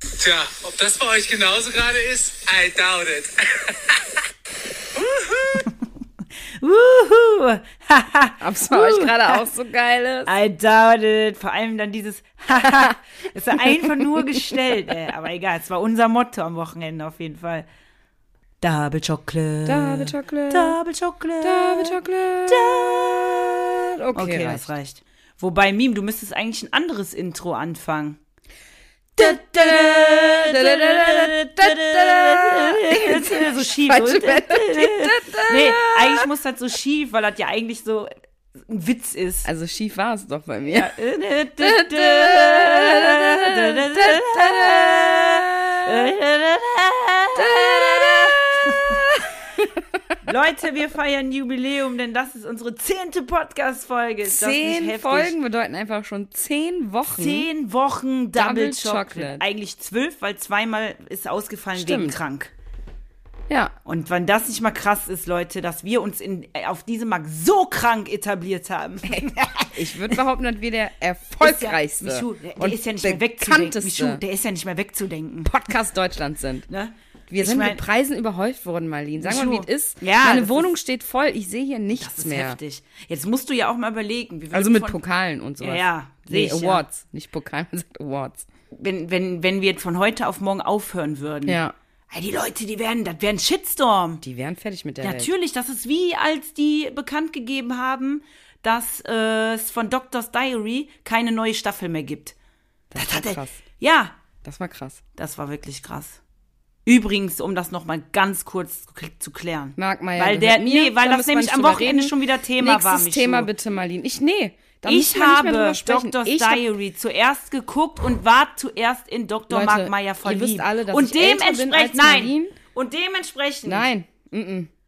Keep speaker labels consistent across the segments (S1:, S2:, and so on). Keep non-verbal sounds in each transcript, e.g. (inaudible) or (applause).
S1: Tja, ob das bei euch genauso gerade ist, I doubt it.
S2: Wuhu! (laughs) Haha.
S3: Ob's bei euch
S2: Uh.
S3: gerade auch so geil ist.
S2: I doubt it. Vor allem dann dieses (laughs) Haha. ist ja einfach nur gestellt. Ey. Aber egal, es war unser Motto am Wochenende auf jeden Fall. Double Chocolate.
S3: Double Chocolate.
S2: Double Chocolate.
S3: Double Chocolate.
S2: Double-
S3: Okay,
S2: Okay,
S3: reicht.
S2: das reicht. Wobei, Meme, du müsstest eigentlich ein anderes Intro anfangen. so schief.
S3: Falsche
S2: so. (laughs) nee, eigentlich muss das so schief, weil das ja eigentlich so ein Witz ist.
S3: Also schief war es doch bei mir.
S2: Leute, wir feiern Jubiläum, denn das ist unsere zehnte Podcast-Folge. Ist das nicht
S3: Zehn
S2: heftig?
S3: Folgen bedeuten einfach schon zehn Wochen.
S2: Zehn Wochen Double,
S3: Mhm. Double
S2: Chocolate.
S3: Chocolate.
S2: Eigentlich zwölf, weil zweimal ist ausgefallen wegen
S3: Stimmt.
S2: krank.
S3: Ja.
S2: Und wenn das nicht mal krass ist, Leute, dass wir uns in, äh, auf diesem Markt so krank etabliert haben.
S3: (laughs)
S2: (laughs)
S3: Ich würde behaupten, dass wir der
S2: Ist
S3: erfolgreichste
S2: Ja, Michu, der, der
S3: und
S2: ist ja nicht mehr wegzudenken.
S3: bekannteste
S2: Michu, der ist ja nicht mehr wegzudenken.
S3: Podcast Deutschlands sind.
S2: Ne?
S3: Wir
S2: Ich
S3: sind
S2: mein,
S3: mit Preisen überhäuft worden, Marlene. Sag mal,
S2: Michu,
S3: wie es ist.
S2: ja, das
S3: Meine
S2: ist-
S3: Wohnung steht voll. Ich sehe hier nichts
S2: Das ist
S3: mehr.
S2: heftig. Jetzt musst du ja auch mal überlegen. wir
S3: Also
S2: würden
S3: mit
S2: von,
S3: Pokalen und sowas.
S2: Ja, ja,
S3: Nee,
S2: sehe ich, ja.
S3: Awards. Nicht Pokalen, (laughs) man sagt Awards.
S2: wenn, wenn, wenn wir jetzt von heute auf morgen aufhören würden.
S3: Ja.
S2: Ey, die Leute, die werden, das wäre ein Shitstorm.
S3: Die wären fertig mit der Welt.
S2: Natürlich, das ist wie, als die bekannt gegeben haben, dass äh, es von Doctor's Diary keine neue Staffel mehr gibt. Das,
S3: war
S2: hat er-
S3: krass.
S2: Ja,
S3: Das war krass.
S2: das war wirklich krass. Übrigens, um das nochmal ganz kurz zu kl- zu klären.
S3: Marc Meyer
S2: Weil,
S3: gehört
S2: der,
S3: mir,
S2: nee, weil das
S3: da müssen wir
S2: nämlich
S3: nicht
S2: am
S3: drüber
S2: Wochenende
S3: reden.
S2: schon wieder Thema
S3: Nächstes
S2: war. Michu.
S3: Thema bitte, Marlene. Ich, nee. Da
S2: Ich
S3: muss man nicht mehr drüber
S2: habe
S3: sprechen.
S2: Doctor's
S3: ich hab-
S2: Diary zuerst geguckt und war zuerst in Dr.
S3: Leute,
S2: Mark Meyer
S3: ihr
S2: verliebt.
S3: wisst alle, dass
S2: und
S3: ich älter bin
S2: dementsprechend,
S3: als
S2: nein,
S3: Marlene.
S2: und dementsprechend
S3: Nein,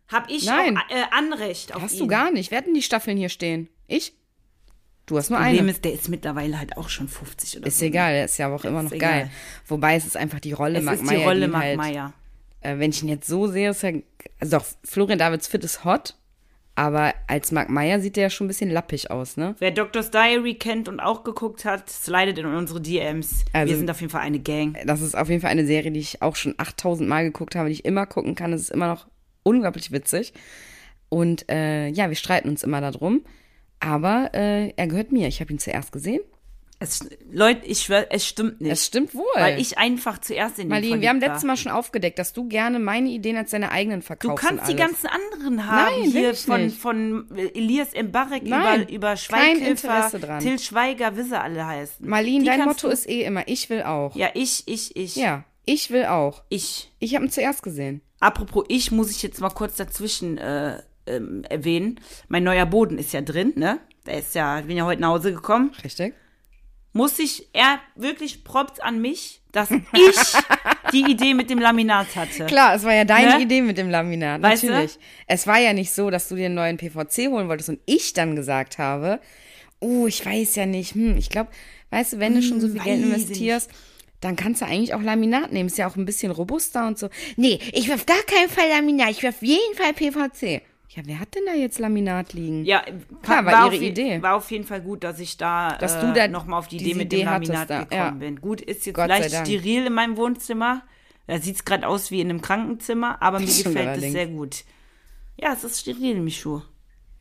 S2: habe ich
S3: Nein.
S2: Auch, äh, Anrecht auf
S3: hast
S2: ihn.
S3: du gar nicht. Wer hat denn die Staffeln hier stehen? Ich? Du hast nur eine.
S2: Problem ist, der ist mittlerweile halt auch schon 50 oder
S3: Ist
S2: so.
S3: egal, der ist ja auch immer noch
S2: egal.
S3: geil. Wobei es ist einfach die Rolle
S2: Es
S3: Marc
S2: ist die
S3: Meyer.
S2: Rolle
S3: die
S2: Mark
S3: halt,
S2: Meyer.
S3: Äh, wenn ich ihn jetzt so sehe, ist ja. Also doch, Florian Davids Fit ist hot, aber als Marc Meyer sieht der ja schon ein bisschen lappig aus, ne?
S2: Wer Doctor's Diary kennt und auch geguckt hat, slidet in unsere DMs.
S3: Also-
S2: Wir sind auf jeden Fall eine Gang.
S3: Das ist auf jeden Fall eine Serie, die ich auch schon 8000 Mal geguckt habe, die ich immer gucken kann. Es ist immer noch unglaublich witzig. Und äh, ja, wir streiten uns immer darum. Aber äh, er gehört mir. Ich habe ihn zuerst gesehen.
S2: Es, Leute, ich schwör, es stimmt nicht.
S3: Es stimmt wohl.
S2: weil ich einfach zuerst in den
S3: Marlene, wir haben
S2: verliebt
S3: letztes
S2: war.
S3: Mal schon aufgedeckt, dass du gerne meine Ideen als deine eigenen
S2: Du
S3: verkaufst.
S2: kannst
S3: und
S2: die
S3: alles.
S2: ganzen anderen haben.
S3: Nein, will
S2: Hier
S3: ich
S2: von,
S3: nicht.
S2: von Elias Mbarek
S3: Nein,
S2: über, über
S3: kein
S2: Schweighöfer,
S3: Interesse dran.
S2: Till Schweiger, wie sie alle heißen.
S3: Marlene,
S2: Die
S3: dein
S2: kannst
S3: Motto
S2: du-
S3: ist eh immer, ich will auch. Ja,
S2: Ja, ich, ich, ich.
S3: ich will auch.
S2: Ich.
S3: Ich habe ihn zuerst gesehen.
S2: Apropos ich, muss ich jetzt mal kurz dazwischen äh, ähm, erwähnen. Mein neuer Boden ist ja drin, ne? Der ist ja, ich bin ja heute nach Hause gekommen.
S3: Richtig?
S2: Muss ich, er wirklich props an mich, dass
S3: (laughs)
S2: ich die Idee mit dem Laminat hatte.
S3: Klar, es war ja deine
S2: Ne?
S3: Idee mit dem Laminat,
S2: Weißt du?
S3: natürlich. Es war ja nicht so, dass du dir einen neuen PVC holen wolltest und ich dann gesagt habe, oh, ich weiß ja nicht, hm, ich glaube, weißt du, wenn du schon so viel Geld
S2: Hm, weiß ich
S3: investierst, dann kannst du eigentlich auch Laminat nehmen, ist ja auch ein bisschen robuster und so. Nee, ich will auf gar keinen Fall Laminat, ich will auf jeden Fall PVC. Ja, wer hat denn da jetzt Laminat liegen?
S2: Ja,
S3: Klar, war
S2: auf,
S3: ihre
S2: je-
S3: Idee.
S2: War auf jeden Fall gut, dass ich da,
S3: Dass
S2: äh,
S3: du da
S2: nochmal auf die
S3: diese
S2: Idee mit
S3: Idee
S2: dem
S3: hattest
S2: Laminat
S3: da,
S2: gekommen
S3: ja.
S2: bin. Gut, ist jetzt
S3: Gott sei
S2: leicht
S3: Dank.
S2: steril in meinem Wohnzimmer. Da sieht's grad gerade aus wie in einem Krankenzimmer, aber mir
S3: Das stimmt
S2: gefällt es
S3: allerdings.
S2: sehr gut. Ja, es ist steril, Michu.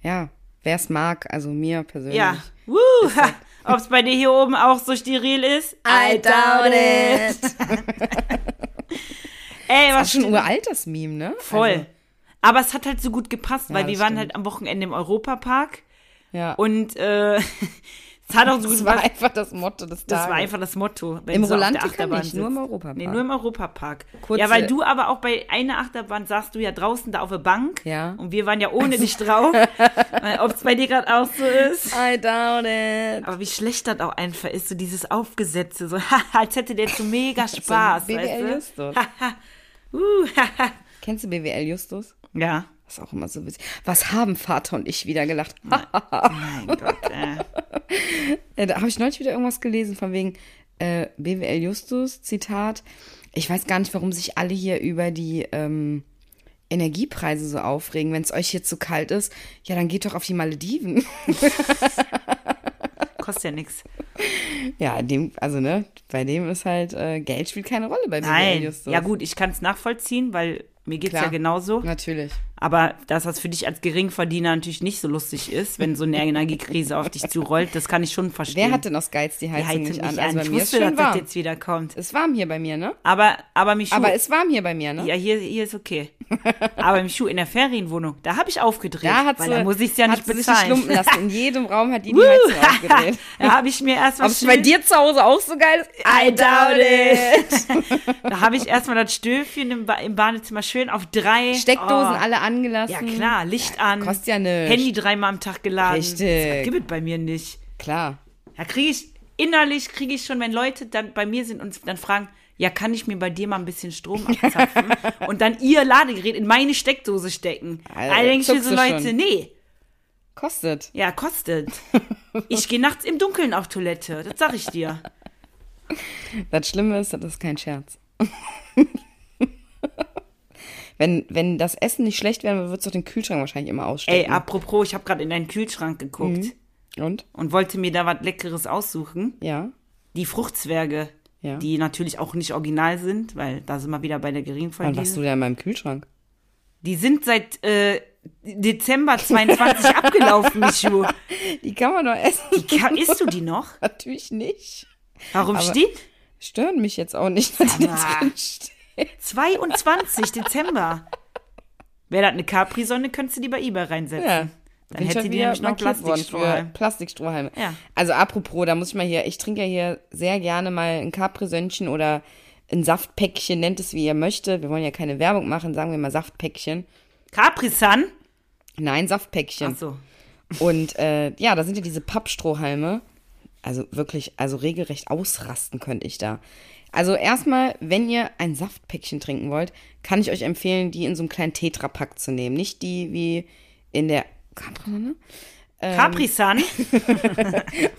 S3: Ja, wer es mag, also mir persönlich.
S2: Ja. Woo! (laughs)
S3: halt-
S2: Ob es bei dir hier oben auch so steril ist? I doubt it. (laughs) Ey,
S3: Das
S2: was
S3: ist schon ein
S2: stimmt?
S3: uraltes Meme, ne?
S2: Voll.
S3: Also,
S2: Aber es hat halt so gut gepasst, weil
S3: das
S2: wir waren
S3: stimmt.
S2: halt am Wochenende im Europapark
S3: ja.
S2: und äh, (laughs) es hat auch so gut
S3: das war (laughs)
S2: gepasst.
S3: einfach das Motto des Tages.
S2: Das war einfach das Motto. Wenn
S3: Im
S2: du so auf der
S3: Rolantica
S2: Achterbahn
S3: nicht, nur
S2: sitzt.
S3: im Europapark.
S2: Nee, nur im Europapark.
S3: Kurze-
S2: ja, weil du aber auch bei einer Achterbahn saßt du ja draußen da auf der Bank.
S3: Ja.
S2: Und wir waren ja ohne dich
S3: (laughs)
S2: drauf. Ob es bei dir gerade auch so ist.
S3: I doubt it.
S2: Aber wie schlecht das auch einfach ist, so dieses Aufgesetzte, so (laughs) als hätte der so mega Spaß,
S3: (laughs) So ein BWL
S2: weißt
S3: Justus.
S2: du? Uh,
S3: Kennst du BWL Justus?
S2: (laughs) ja.
S3: Das ist auch immer so witzig. Was haben Vater und ich wieder gelacht?
S2: Mein Gott, äh.
S3: (laughs) Äh, da habe ich neulich wieder irgendwas gelesen von wegen äh, BWL Justus, Zitat. Ich weiß gar nicht, warum sich alle hier über die ähm, Energiepreise so aufregen. Wenn es euch hier zu kalt ist, ja, dann geht doch auf die Malediven.
S2: Kostet ja nichts.
S3: (laughs) Ja, dem, also ne, bei dem ist halt, äh, Geld spielt keine Rolle bei Bibel
S2: Nein.
S3: Justus.
S2: Ja gut, ich kann es nachvollziehen, weil mir geht's
S3: Klar.
S2: ja genauso.
S3: Natürlich.
S2: Aber dass das für dich als Geringverdiener natürlich nicht so lustig ist, wenn so eine Energiekrise auf dich zurollt, das kann ich schon verstehen.
S3: Wer hat denn aus Geiz die
S2: die
S3: Heizung
S2: Heizung
S3: nicht
S2: nicht
S3: an? Also bei
S2: Ich
S3: mir ist
S2: wusste, dass
S3: schön
S2: das
S3: warm.
S2: jetzt wieder kommt.
S3: Ist warm hier bei mir, ne?
S2: Aber, aber Michu,
S3: Aber ist warm hier bei mir, ne?
S2: ja, hier, hier ist okay. aber Michu, in der Ferienwohnung, da habe ich aufgedreht.
S3: Da hat
S2: weil
S3: sie,
S2: da muss ich es ja
S3: hat
S2: nicht
S3: sie sich
S2: bezahlen.
S3: lumpen lassen. In jedem Raum hat die die
S2: Wuhu!
S3: Heizung aufgedreht.
S2: (laughs) da habe ich mir erstmal
S3: Ob es bei dir zu Hause auch so geil ist?
S2: I doubt (laughs) it. da habe ich erstmal das Stöfchen im, ba im Badezimmer schön auf drei.
S3: Steckdosen
S2: oh.
S3: alle angelassen.
S2: Ja klar, Licht an.
S3: kostet ja nichts.
S2: Handy dreimal am Tag geladen.
S3: Richtig.
S2: Das gibt es bei mir nicht.
S3: Klar.
S2: Da kriege ich, innerlich kriege ich schon, wenn Leute dann bei mir sind und dann fragen, ja, kann ich mir bei dir mal ein bisschen
S3: (laughs)
S2: Strom abzapfen und dann ihr Ladegerät in meine Steckdose stecken.
S3: Alter,
S2: da denke ich mir
S3: zuckst
S2: so,
S3: du
S2: Leute,
S3: schon.
S2: nee,
S3: Kostet.
S2: ja,
S3: (laughs)
S2: kostet. Ich gehe nachts im Dunkeln auf Toilette, das sag ich dir.
S3: Das Schlimme ist, das ist kein Scherz. (laughs) wenn, wenn das Essen nicht schlecht wäre, würdest du doch den Kühlschrank wahrscheinlich immer
S2: Ey,
S3: ausstecken.
S2: apropos, ich habe gerade in deinen Kühlschrank geguckt
S3: Mhm. Und?
S2: und wollte mir da was Leckeres aussuchen.
S3: Ja.
S2: Die Fruchtzwerge,
S3: Ja.
S2: die natürlich auch nicht original sind, weil da sind wir wieder bei der
S3: Wann
S2: Geringverdienung.
S3: warst du denn in meinem Kühlschrank?
S2: Die sind seit äh, Dezember 22 (laughs) abgelaufen, Michu.
S3: Die kann man doch essen. (laughs)
S2: Ka- Isst du die noch?
S3: Natürlich nicht.
S2: Warum
S3: Aber-
S2: steht
S3: Stören mich jetzt auch nicht, dass die
S2: Sag mal.
S3: da drin stehen.
S2: 22 Dezember? Wäre das eine Capri-Sonne, könntest du die bei eBay reinsetzen.
S3: Ja.
S2: Dann
S3: Bin
S2: hätte
S3: schon
S2: die
S3: wieder
S2: nämlich noch
S3: markiert worden für
S2: Plastikstrohhalm.
S3: Plastikstrohhalme.
S2: Ja.
S3: Also apropos, da muss ich mal hier, ich trinke ja hier sehr gerne mal ein Capri-Sönnchen oder ein Saftpäckchen, nennt es wie ihr möchtet. Wir wollen ja keine Werbung machen, sagen wir mal Saftpäckchen.
S2: Capri-Sun?
S3: Nein, Saftpäckchen.
S2: Achso.
S3: Und äh, ja, da sind ja diese Pappstrohhalme. Also wirklich, also regelrecht ausrasten könnte ich da. Also erstmal, wenn ihr ein Saftpäckchen trinken wollt, kann ich euch empfehlen, die in so einem kleinen Tetrapack zu nehmen. Nicht die wie in der Capri-Sonne Ähm. (laughs)
S2: Capri-Sun?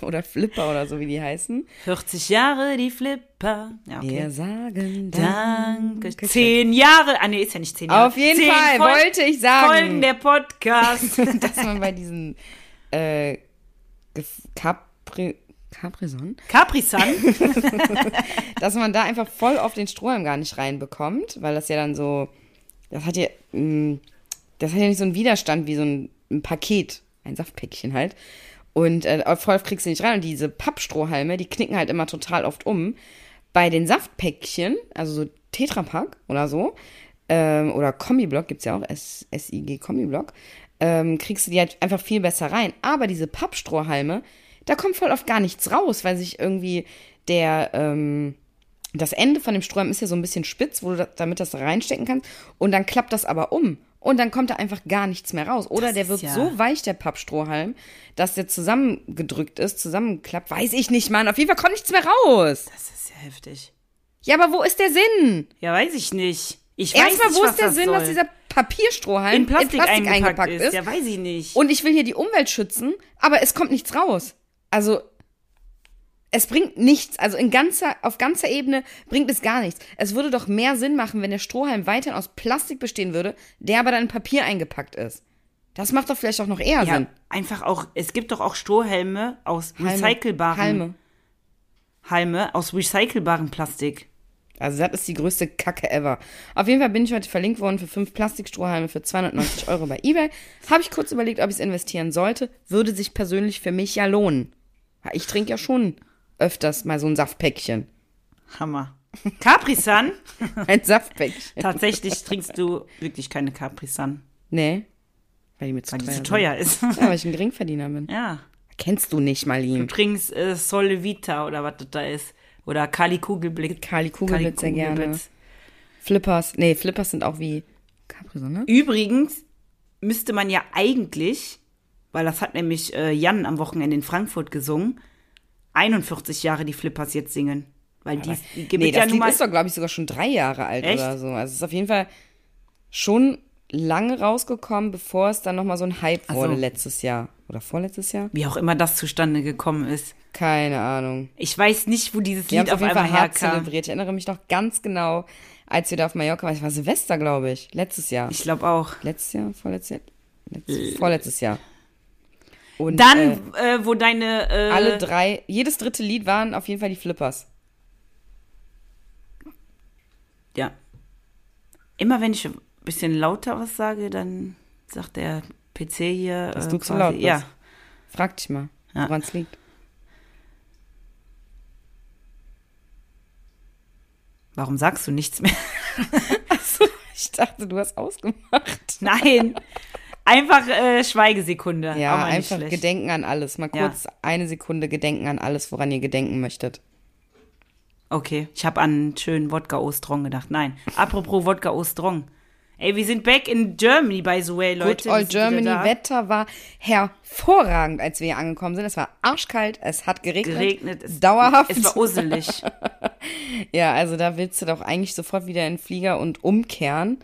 S3: oder Flipper oder so, wie die heißen.
S2: 40 Jahre, die Flipper. Ja, okay.
S3: Wir sagen
S2: Danke. Zehn Jahre. Ah, nee, ist ja nicht zehn Jahre.
S3: Auf jeden
S2: zehn
S3: Fall,
S2: Fol-
S3: wollte ich sagen.
S2: Folgen der
S3: (laughs)
S2: Podcast.
S3: dass man bei diesen äh, Gef- Capri Caprison,
S2: Capri-Sun?
S3: dass man da einfach voll auf den Strohhalm gar nicht reinbekommt, weil das ja dann so, das hat ja, mh, das hat ja nicht so einen Widerstand wie so ein, ein Paket, ein Saftpäckchen halt. Und äh, auf voll kriegst du nicht rein. Und diese Pappstrohhalme, die knicken halt immer total oft um. Bei den Saftpäckchen, also so Tetrapack oder so, ähm, oder Kombiblock gibt's ja auch, S SIG Kombiblock, ähm, kriegst du die halt einfach viel besser rein. Aber diese Pappstrohhalme, da kommt voll oft gar nichts raus, weil sich irgendwie der, ähm, das Ende von dem Strohhalm ist ja so ein bisschen spitz, wo du da, damit das reinstecken kannst. Und dann klappt das aber um. Und dann kommt da einfach gar nichts mehr raus. Oder
S2: Das
S3: der
S2: ist
S3: wird
S2: ja-
S3: so weich, der Pappstrohhalm, dass der zusammengedrückt ist, zusammenklappt. Weiß ich nicht, Mann. Auf jeden Fall kommt nichts mehr raus.
S2: Das ist ja heftig.
S3: Ja, aber wo ist der Sinn?
S2: Ja, weiß ich nicht. Ich weiß
S3: Erstmal,
S2: nicht,
S3: wo
S2: was
S3: ist der
S2: das
S3: Sinn,
S2: soll.
S3: dass dieser Papierstrohhalm
S2: in Plastik, eingepackt, ist. Ja, weiß ich nicht.
S3: Und ich will hier die Umwelt schützen, aber es kommt nichts raus. Also es bringt nichts. Also in ganzer, auf ganzer Ebene bringt es gar nichts. Es würde doch mehr Sinn machen, wenn der Strohhalm weiterhin aus Plastik bestehen würde, der aber dann in Papier eingepackt ist. Das macht doch vielleicht auch noch eher
S2: ja,
S3: Sinn.
S2: einfach auch, es gibt doch auch Strohhelme aus recycelbaren
S3: Halme.
S2: Halme aus recycelbarem Plastik.
S3: Also das ist die größte Kacke ever. Auf jeden Fall bin ich heute verlinkt worden für fünf Plastikstrohhalme für 290 Euro bei eBay. Habe ich kurz überlegt, ob ich es investieren sollte. Würde sich persönlich für mich ja lohnen. Ich trinke ja schon öfters mal so
S2: (laughs)
S3: ein Saftpäckchen. (laughs)
S2: Hammer. Capri-Sun?
S3: Ein Saftpäckchen.
S2: Tatsächlich trinkst du wirklich keine Capri-Sun,
S3: Nee. Weil die mir zu
S2: weil die zu
S3: teuer, sind.
S2: teuer ist.
S3: Ja, weil ich ein Geringverdiener bin.
S2: (laughs) ja.
S3: Kennst du nicht,
S2: Du
S3: Marlene.
S2: trinkst äh, Sole Vita oder was das da ist. Oder Kali Kugelblitz.
S3: Kali Kugelblitz sehr gerne. Flippers. Nee, Flippers sind auch wie ne? Capri-Sonne.
S2: Übrigens müsste man ja eigentlich, weil das hat nämlich äh, Jan am Wochenende in Frankfurt gesungen, 41 Jahre die Flippers jetzt singen. Weil die, die gibt
S3: Nee,
S2: ja
S3: das
S2: nun
S3: Lied
S2: mal.
S3: ist doch, glaube ich, sogar schon drei Jahre alt
S2: Echt?
S3: oder so. Also es ist auf jeden Fall schon lange rausgekommen, bevor es dann nochmal so ein Hype
S2: Ach so.
S3: wurde letztes Jahr. Oder vorletztes Jahr?
S2: wie auch immer das zustande gekommen ist.
S3: Keine Ahnung.
S2: Ich weiß nicht, wo dieses
S3: Wir haben
S2: Lied
S3: es auf
S2: auf
S3: jeden
S2: einmal
S3: Fall hart
S2: herkam.
S3: zelebriert. Ich erinnere mich noch ganz genau, als wir da auf Mallorca waren. Es war Silvester, glaube ich. Letztes Jahr.
S2: Ich glaube auch.
S3: Letztes Jahr? Vorletztes Jahr? Letztes, vorletztes Jahr. Und, äh,
S2: Dann, äh, wo deine. Äh,
S3: alle drei, jedes dritte Lied waren auf jeden Fall die Flippers.
S2: Ja. Immer wenn ich ein bisschen lauter was sage, dann sagt der PC hier.
S3: Dass
S2: äh,
S3: du zu
S2: quasi-
S3: laut bist.
S2: Ja.
S3: Frag dich mal,
S2: Ja.
S3: woran es liegt.
S2: Warum sagst du nichts mehr?
S3: Achso, ich dachte, du hast ausgemacht.
S2: (laughs) Nein. Einfach äh, Schweigesekunde. Auch
S3: Ja,
S2: mal nicht
S3: einfach
S2: schlecht.
S3: Gedenken an alles. Mal
S2: Ja.
S3: kurz eine Sekunde Gedenken an alles, woran ihr gedenken möchtet.
S2: Okay, ich habe an einen schönen Wodka Ostrong gedacht. Nein, apropos Wodka Ostrong. Ey, wir sind back in Germany, by the way, Leute.
S3: Good
S2: Wir sind
S3: old
S2: wieder
S3: Germany.
S2: da.
S3: Wetter war hervorragend, als wir hier angekommen sind. Es war arschkalt, es hat geregnet.
S2: Geregnet. Es,
S3: dauerhaft.
S2: Es war usselig.
S3: (laughs) ja, also da willst du doch eigentlich sofort wieder in den Flieger und umkehren.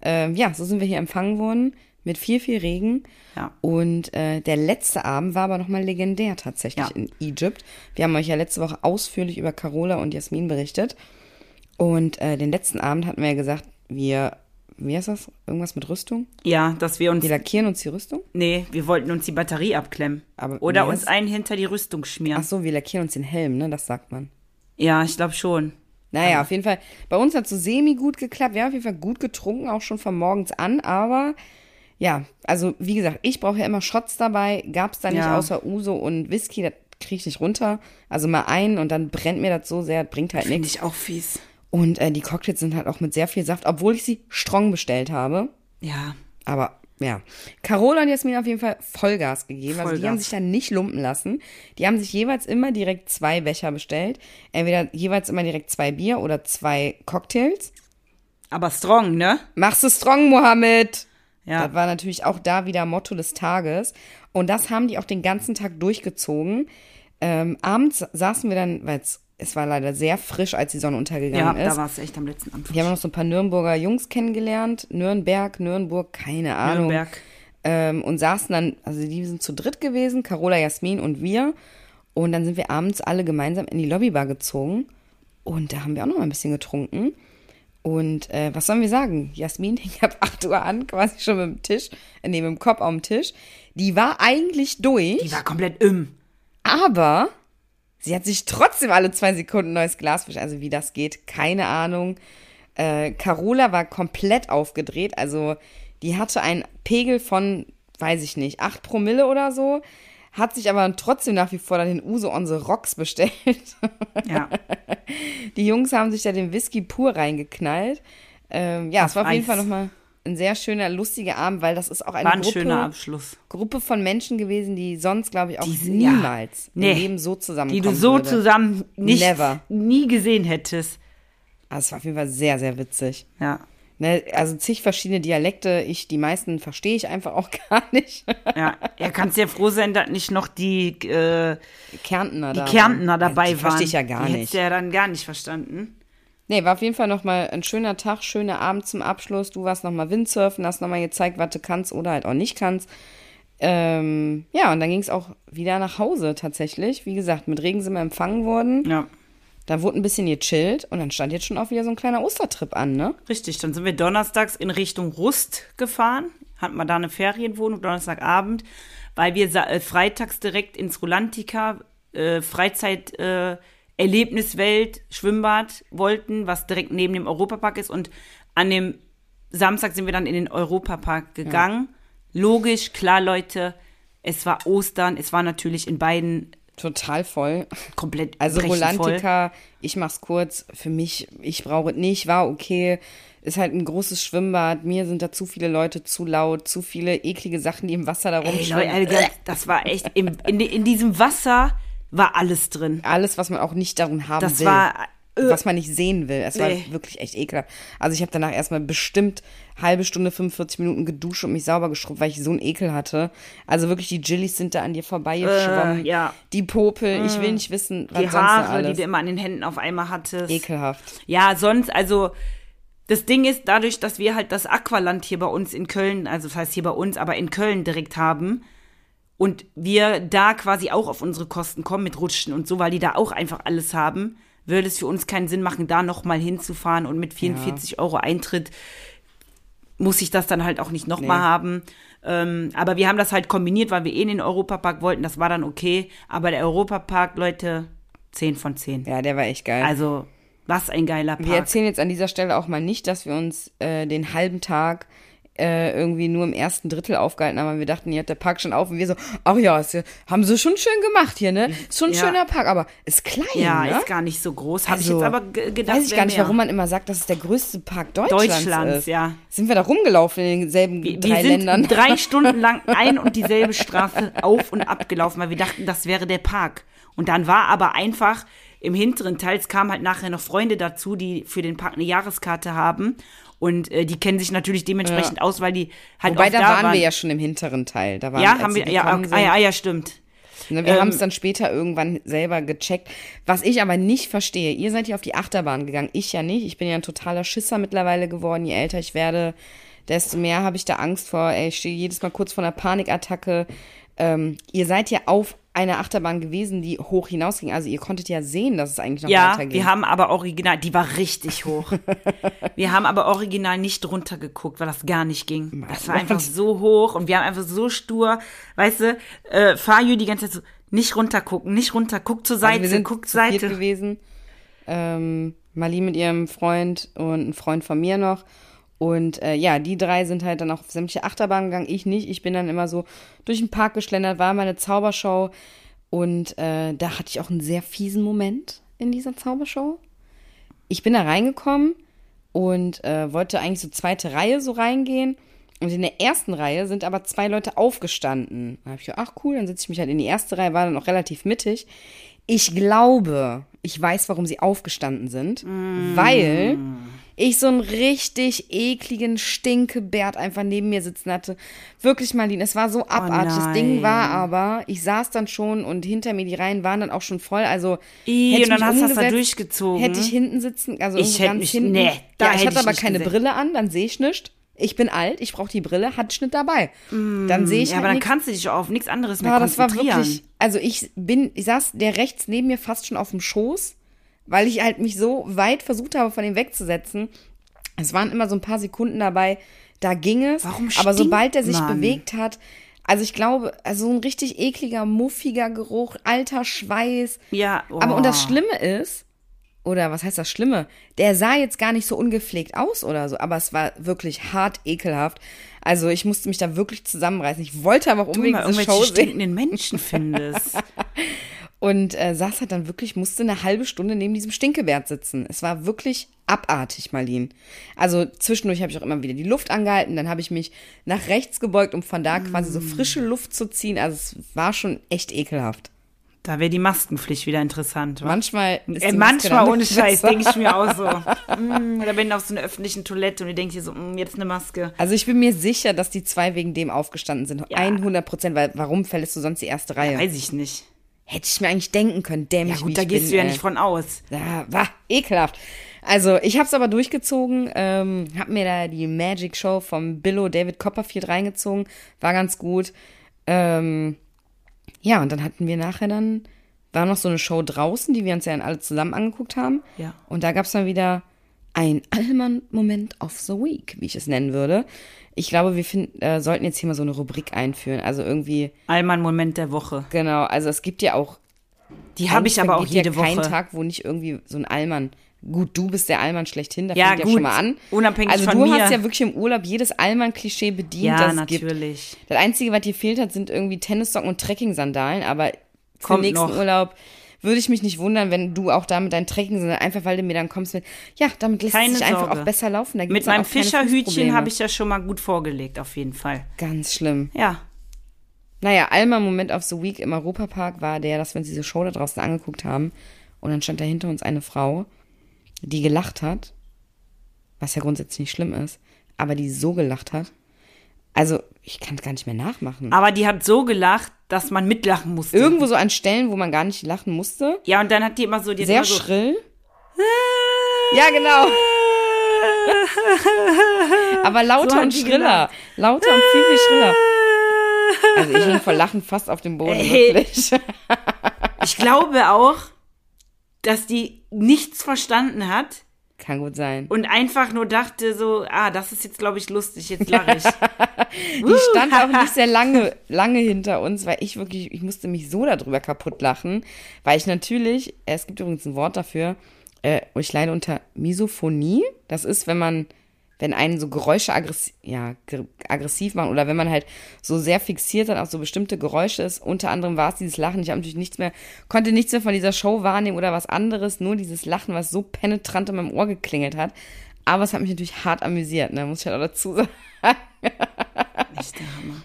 S3: Ähm, ja, so sind wir hier empfangen worden mit viel, viel Regen.
S2: Ja.
S3: Und äh, der letzte Abend war aber nochmal legendär tatsächlich
S2: Ja.
S3: in Egypt. Wir haben euch ja letzte Woche ausführlich über Carola und Jasmin berichtet. Und äh, den letzten Abend hatten wir ja gesagt, wir, wie heißt das? Irgendwas mit Rüstung?
S2: Ja, dass wir uns.
S3: Wir lackieren uns die Rüstung?
S2: Nee, wir wollten uns die Batterie abklemmen.
S3: Aber
S2: Oder
S3: nee,
S2: uns
S3: das-
S2: einen hinter die Rüstung schmieren.
S3: Ach so, wir lackieren uns den Helm, ne? Das sagt man.
S2: Ja, ich glaube schon.
S3: Naja, auf jeden Fall. Bei uns hat so semi gut geklappt. Wir haben auf jeden Fall gut getrunken, auch schon von morgens an. Aber ja, also wie gesagt, ich brauche ja immer Shots dabei. Gab es da nicht
S2: Ja.
S3: außer Uso und Whisky. Das kriege ich nicht runter. Also mal einen und dann brennt mir das so sehr. Das bringt halt nichts.
S2: Finde ich auch fies.
S3: Und äh, die Cocktails sind halt auch mit sehr viel Saft, obwohl ich sie strong bestellt habe.
S2: Ja.
S3: Aber ja, Carola und Jasmin haben auf jeden Fall Vollgas gegeben. Also die
S2: Vollgas.
S3: haben sich dann nicht lumpen lassen. Die haben sich jeweils immer direkt zwei Becher bestellt. Entweder jeweils immer direkt zwei Bier oder zwei Cocktails.
S2: Aber strong, ne?
S3: Machst du strong, Mohammed!
S2: Ja.
S3: Das war natürlich auch da wieder Motto des Tages. Und das haben die auch den ganzen Tag durchgezogen. Ähm, abends saßen wir dann, weil es- es war leider sehr frisch, als die Sonne
S2: Ja,
S3: untergegangen ist.
S2: da war es echt am letzten Abend.
S3: Wir haben noch so ein paar Nürnberger Jungs kennengelernt. Nürnberg, Nürnberg, keine Ahnung.
S2: Nürnberg.
S3: Ähm, und saßen dann, also die sind zu dritt gewesen, Carola, Jasmin und wir. Und dann sind wir abends alle gemeinsam in die Lobbybar gezogen. Und da haben wir auch noch mal ein bisschen getrunken. Und äh, was sollen wir sagen? Jasmin (laughs) hing ab 8 Uhr an, quasi schon mit dem Tisch, äh, nee, mit dem Kopf auf dem Tisch. Die war eigentlich durch.
S2: Die war komplett im.
S3: Aber sie hat sich trotzdem alle zwei Sekunden neues Glas bestellt. Also wie das geht, keine Ahnung. Äh, Carola war komplett aufgedreht. Also die hatte einen Pegel von, weiß ich nicht, 8 Promille oder so. Hat sich aber trotzdem nach wie vor dann den Uso on the Rocks (laughs) bestellt.
S2: Ja.
S3: (laughs) Die Jungs haben sich da den Whisky pur reingeknallt. Ähm, ja, es war auf jeden
S2: Eis.
S3: Fall nochmal ein sehr schöner, lustiger Abend, weil das ist auch eine
S2: War ein
S3: Gruppe.
S2: schöner Abschluss.
S3: Gruppe von Menschen gewesen, die sonst, glaube ich, auch
S2: sind- ja.
S3: niemals
S2: Nee.
S3: im Leben so zusammenkommen
S2: Die du so
S3: würde.
S2: zusammen nicht,
S3: Never.
S2: nie gesehen hättest.
S3: Also es war auf jeden Fall sehr, sehr witzig.
S2: Ja.
S3: Ne, also zig verschiedene Dialekte, ich, die meisten verstehe ich einfach auch (laughs) gar nicht.
S2: Ja, er kann sehr froh sein, dass nicht noch die, äh,
S3: Kärntner
S2: die
S3: da.
S2: Kärntner
S3: waren.
S2: dabei
S3: die
S2: waren.
S3: Verstehe ich ja gar
S2: die
S3: nicht.
S2: Hättest du ja dann gar nicht verstanden.
S3: Nee, war auf jeden Fall nochmal ein schöner Tag, schöner Abend zum Abschluss. Du warst nochmal Windsurfen, hast nochmal gezeigt, was du kannst oder halt auch nicht kannst. Ähm, ja, und dann ging es auch wieder nach Hause tatsächlich. Wie gesagt, mit Regen sind wir empfangen worden.
S2: Ja,
S3: Da wurde ein bisschen gechillt und dann stand jetzt schon auch wieder so ein kleiner Ostertrip an, ne?
S2: richtig. Dann sind wir donnerstags in Richtung Rust gefahren. Hatten wir da eine Ferienwohnung, Donnerstagabend, weil wir sa- äh, freitags direkt ins Rulantica, äh, Freizeit, äh, Erlebniswelt, Schwimmbad wollten, was direkt neben dem Europapark ist. Und an dem Samstag sind wir dann in den Europapark gegangen. Logisch, klar, Leute. Es war Ostern, es war natürlich in beiden
S3: Total voll.
S2: komplett
S3: Also
S2: brechend voll.
S3: Rolantica, ich mach's kurz, für mich, ich brauche es nicht, war okay. Ist halt ein großes Schwimmbad, mir sind da zu viele Leute zu laut, zu viele eklige Sachen, die im Wasser da
S2: Ey,
S3: rumschwimmen.
S2: Leute, also Alter, das war echt, im, in, de- in diesem Wasser war alles drin.
S3: Alles, was man auch nicht darin haben
S2: Das
S3: will.
S2: war, äh,
S3: was man nicht sehen will. Es
S2: Nee.
S3: war wirklich echt ekelhaft. Also ich habe danach erstmal bestimmt halbe Stunde, 45 Minuten geduscht und mich sauber geschrubbt, weil ich so einen Ekel hatte. Also wirklich, die Jillies sind da an dir vorbeigeschwommen.
S2: Äh, ja. Hm.
S3: Die Popel, ich will nicht wissen, was
S2: Die
S3: sonst noch
S2: Haare, die
S3: alles.
S2: du immer an den Händen auf einmal hattest.
S3: ekelhaft.
S2: Ja, sonst, also das Ding ist, dadurch, dass wir halt das Aqualand hier bei uns in Köln, also das heißt hier bei uns, aber in Köln direkt haben und wir da quasi auch auf unsere Kosten kommen mit Rutschen und so, weil die da auch einfach alles haben, würde es für uns keinen Sinn machen, da nochmal hinzufahren und mit 44 Euro Eintritt muss ich das dann halt auch nicht nochmal
S3: Nee.
S2: haben. Ähm, aber wir haben das halt kombiniert, weil wir eh in den Europapark wollten. Das war dann okay. Aber der Europapark, Leute, 10 von 10.
S3: Ja, der war echt geil.
S2: Also, was ein geiler Park.
S3: Wir erzählen jetzt an dieser Stelle auch mal nicht, dass wir uns äh, den halben Tag äh, irgendwie nur im ersten Drittel aufgehalten haben. weil Wir dachten, hier hat der Park schon auf und wir so, ach ja, ist, ja- haben sie schon schön gemacht hier, ne? Ist schon ein
S2: Ja.
S3: schöner Park, aber ist klein,
S2: ja,
S3: ne?
S2: ist gar nicht so groß. Habe ich
S3: Also,
S2: jetzt aber ge- gedacht.
S3: Weiß ich
S2: wär
S3: gar nicht,
S2: mehr.
S3: warum man immer sagt, das ist der größte Park Deutschlands.
S2: Deutschlands,
S3: ist.
S2: ja.
S3: Sind wir da rumgelaufen in denselben
S2: Wir
S3: drei
S2: sind
S3: Ländern? (laughs)
S2: drei Stunden lang ein und dieselbe Straße auf und abgelaufen, weil wir dachten, das wäre der Park. Und dann war aber einfach im hinteren Teil, es kamen halt nachher noch Freunde dazu, die für den Park eine Jahreskarte haben. Und äh, die kennen sich natürlich dementsprechend aus, weil die halt
S3: Wobei,
S2: oft
S3: da
S2: da
S3: waren wir ja schon im hinteren Teil. Da waren,
S2: Ja,
S3: als
S2: haben
S3: sie
S2: wir, ja,
S3: gekommen
S2: ah,
S3: sind.
S2: ja, ja, stimmt.
S3: Ne, Wir haben
S2: Ähm,
S3: es dann später irgendwann selber gecheckt. Was ich aber nicht verstehe, ihr seid ja auf die Achterbahn gegangen, ich ja nicht. Ich bin ja ein totaler Schisser mittlerweile geworden. Je älter ich werde, desto mehr habe ich da Angst vor. Ey, ich stehe jedes Mal kurz vor einer Panikattacke. Ähm, ihr seid ja auf einer Achterbahn gewesen, die hoch hinausging. Also ihr konntet ja sehen, dass es eigentlich noch
S2: Ja,
S3: weitergeht.
S2: wir haben aber original, die war richtig
S3: (laughs)
S2: hoch. wir haben aber original nicht runtergeguckt, weil das gar nicht ging. Das war einfach so hoch und wir haben einfach so stur, weißt du, äh, Faju die ganze Zeit so, nicht runtergucken, nicht runter, guck zur Seite,
S3: also wir sind
S2: guck
S3: zu
S2: zur
S3: viert
S2: Seite.
S3: gewesen. Ähm, Mali mit ihrem Freund und ein Freund von mir noch. Und äh, ja, die drei sind halt dann auch auf sämtliche Achterbahnen gegangen. Ich nicht. Ich bin dann immer so durch den Park geschlendert, war meine Zaubershow. Und äh, da hatte ich auch einen sehr fiesen Moment in dieser Zaubershow. Ich bin da reingekommen und äh, wollte eigentlich so zweite Reihe so reingehen. Und in der ersten Reihe sind aber zwei Leute aufgestanden. Da habe ich gedacht, ach cool, dann setze ich mich halt in die erste Reihe, war dann auch relativ mittig. Ich glaube, ich weiß, warum sie aufgestanden sind, weil ich so einen richtig ekligen Stinkebärt einfach neben mir sitzen hatte. Wirklich, Marlene, es war so abartig. das Ding
S2: nein.
S3: war aber, ich saß dann schon und hinter mir die Reihen waren dann auch schon voll. Also
S2: Ih,
S3: hätte ich
S2: und dann
S3: mich
S2: hast du das da
S3: umgesetzt,
S2: durchgezogen.
S3: Hätte ich hinten sitzen, also
S2: Ich
S3: irgendwo
S2: hätte
S3: ganz
S2: mich-
S3: hinten.
S2: nee, da
S3: ja,
S2: hätte
S3: ich hatte
S2: ich
S3: aber
S2: nicht
S3: keine
S2: gesehen.
S3: Brille an, dann sehe ich nichts. Ich bin alt, ich brauche die Brille, hat Schnitt dabei. dann sehe
S2: Mm,
S3: ich
S2: Ja,
S3: halt
S2: aber dann
S3: nix.
S2: kannst du dich auf nichts anderes mehr
S3: Ja, das war
S2: konzentrieren.
S3: wirklich. Also ich bin, ich saß der rechts neben mir fast schon auf dem Schoß, weil ich halt mich so weit versucht habe, von ihm wegzusetzen. Es waren immer so ein paar Sekunden dabei, da ging es.
S2: Warum
S3: Aber
S2: stinkt
S3: sobald er sich
S2: man?
S3: bewegt hat, also ich glaube, also so ein richtig ekliger, muffiger Geruch, alter Schweiß.
S2: Ja, oh.
S3: Aber und das Schlimme ist, oder was heißt das Schlimme? Der sah jetzt gar nicht so ungepflegt aus oder so, aber es war wirklich hart ekelhaft. Also ich musste mich da wirklich zusammenreißen. Ich wollte aber auch
S2: Wenn du
S3: unbedingt
S2: mal
S3: diese Show
S2: irgendwelche
S3: sehen.
S2: stinkenden Menschen findest.
S3: (laughs) Und äh, saß halt dann wirklich, musste eine halbe Stunde neben diesem Stinkebärt sitzen. Es war wirklich abartig, Marlene. Also zwischendurch habe ich auch immer wieder die Luft angehalten, dann habe ich mich nach rechts gebeugt, um von da quasi so
S2: Mm.
S3: frische Luft zu ziehen. Also es war schon echt ekelhaft.
S2: da wäre die Maskenpflicht wieder interessant. wa?
S3: Manchmal ist
S2: Ey,
S3: die Maske
S2: Äh, manchmal
S3: dann (laughs)
S2: ohne
S3: noch
S2: Scheiß
S3: besser.
S2: denke ich mir
S3: (laughs)
S2: auch so. mm, oder wenn du auf so einer öffentlichen Toilette und du denkst dir so, mm, jetzt eine Maske.
S3: Also ich bin mir sicher, dass die zwei wegen dem aufgestanden sind. 100 Prozent, weil warum verlässt du sonst die erste Reihe?
S2: Weiß ich nicht.
S3: Hätte ich mir eigentlich denken können, dämlich
S2: Ja
S3: wie
S2: gut, da
S3: ich
S2: gehst
S3: bin, äh,
S2: du ja
S3: ey.
S2: nicht äh, von aus.
S3: Ja, war ekelhaft. Also ich habe es aber durchgezogen, ähm, habe mir da die Magic Show vom Billo David Copperfield reingezogen, war ganz gut. Ähm, ja, und dann hatten wir nachher dann, war noch so eine Show draußen, die wir uns ja dann alle zusammen angeguckt haben.
S2: Ja.
S3: Und da gab es dann wieder ein Allmann-Moment of the Week, wie ich es nennen würde. Ich glaube, wir find, äh, sollten jetzt hier mal so eine Rubrik einführen. Also irgendwie,
S2: Allmann Moment der Woche.
S3: genau, also es gibt ja auch
S2: Die habe ich
S3: eigentlich
S2: aber auch
S3: vergeht
S2: jede
S3: ja
S2: Woche.
S3: keinen Tag, wo nicht irgendwie so ein Allmann. Gut, du bist der Allmann schlechthin, da
S2: Ja,
S3: fängt ja
S2: gut,
S3: schon mal an.
S2: unabhängig
S3: also
S2: von
S3: du
S2: mir.
S3: hast ja wirklich im Urlaub jedes Allmann-Klischee bedient,
S2: Ja,
S3: das es gibt.
S2: natürlich.
S3: Das Einzige, was dir fehlt hat, sind irgendwie Tennissocken und Trekking-Sandalen, aber für
S2: Kommt
S3: den nächsten
S2: noch.
S3: Urlaub würde ich mich nicht wundern, wenn du auch damit deinen Trekking-Sandalen, einfach weil du mir dann kommst mit, ja, damit lässt
S2: Keine
S3: es sich einfach
S2: Sorge.
S3: auch besser laufen. Da gibt's
S2: Mit
S3: dann
S2: meinem
S3: auch keine
S2: Fischerhütchen
S3: Fußprobleme.
S2: habe ich ja schon mal gut vorgelegt, auf jeden Fall.
S3: Ganz schlimm.
S2: Ja.
S3: Naja, Allmann-Moment of the Week im Europapark war der, dass wir uns diese Show da draußen angeguckt haben und dann stand da hinter uns eine Frau, die gelacht hat, was ja grundsätzlich nicht schlimm ist, aber die so gelacht hat. Also, ich kann es gar nicht mehr nachmachen.
S2: Aber die hat so gelacht, dass man mitlachen musste.
S3: Irgendwo so an Stellen, wo man gar nicht lachen musste.
S2: ja, und dann hat die immer so die hat
S3: Sehr
S2: immer Also so,
S3: schrill. Ja,
S2: (laughs)
S3: genau. Aber lauter
S2: So hat
S3: und
S2: die
S3: schriller.
S2: gelacht.
S3: Lauter und viel, viel schriller. Also ich hing vor Lachen fast auf dem Boden,
S2: Ey.
S3: wirklich. (laughs)
S2: Ich glaube auch, dass die nichts verstanden hat,
S3: Kann gut sein.
S2: und einfach nur dachte so, ah, das ist jetzt, glaube ich, lustig, jetzt lache ich.
S3: (laughs)
S2: Uh.
S3: Die stand auch nicht sehr lange, lange hinter uns, weil ich wirklich, ich musste mich so darüber kaputt lachen, weil ich natürlich, äh, es gibt übrigens ein Wort dafür, äh, ich leide unter Misophonie. Das ist, wenn man, wenn einen so Geräusche aggressiv, ja, ge- aggressiv machen oder wenn man halt so sehr fixiert dann auf so bestimmte Geräusche ist. Unter anderem war es dieses Lachen. Ich habe natürlich nichts mehr, konnte nichts mehr von dieser Show wahrnehmen oder was anderes, nur dieses Lachen, was so penetrant in meinem Ohr geklingelt hat. Aber es hat mich natürlich hart amüsiert, ne? muss ich halt auch dazu sagen.
S2: Echt der Hammer.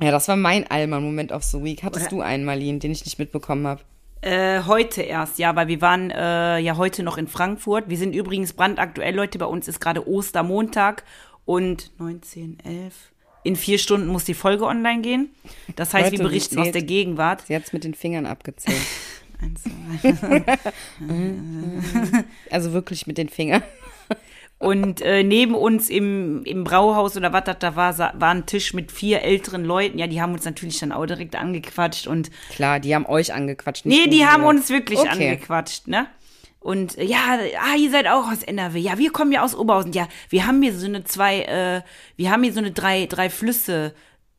S3: Ja, das war mein Allmann-Moment of the Week. Hattest du einen, Marlene, den ich nicht mitbekommen habe?
S2: Äh, heute erst, ja, weil wir waren äh, ja heute noch in Frankfurt. Wir sind übrigens brandaktuell, Leute, bei uns ist gerade Ostermontag und 19, 11. In vier Stunden muss die Folge online gehen. Das heißt,
S3: Leute,
S2: wir berichten
S3: sie
S2: aus
S3: zählt.
S2: der Gegenwart.
S3: Sie hat's mit den
S2: (laughs)
S3: Fingern abgezählt.
S2: Eins, zwei,
S3: Also wirklich mit den Fingern.
S2: Und äh, neben uns im, im Brauhaus oder was das da war, sa- war ein Tisch mit vier älteren Leuten. Ja, die haben uns natürlich dann auch direkt angequatscht und
S3: Klar, die haben euch angequatscht. nicht
S2: nee,
S3: nur
S2: die
S3: wir.
S2: haben uns wirklich
S3: Genau. Okay.
S2: angequatscht, ne? Und äh, ja, ah, ihr seid auch aus NRW. Ja, wir kommen ja aus Oberhausen. Ja, wir haben hier so eine zwei, äh, wir haben hier so eine drei, drei Flüsse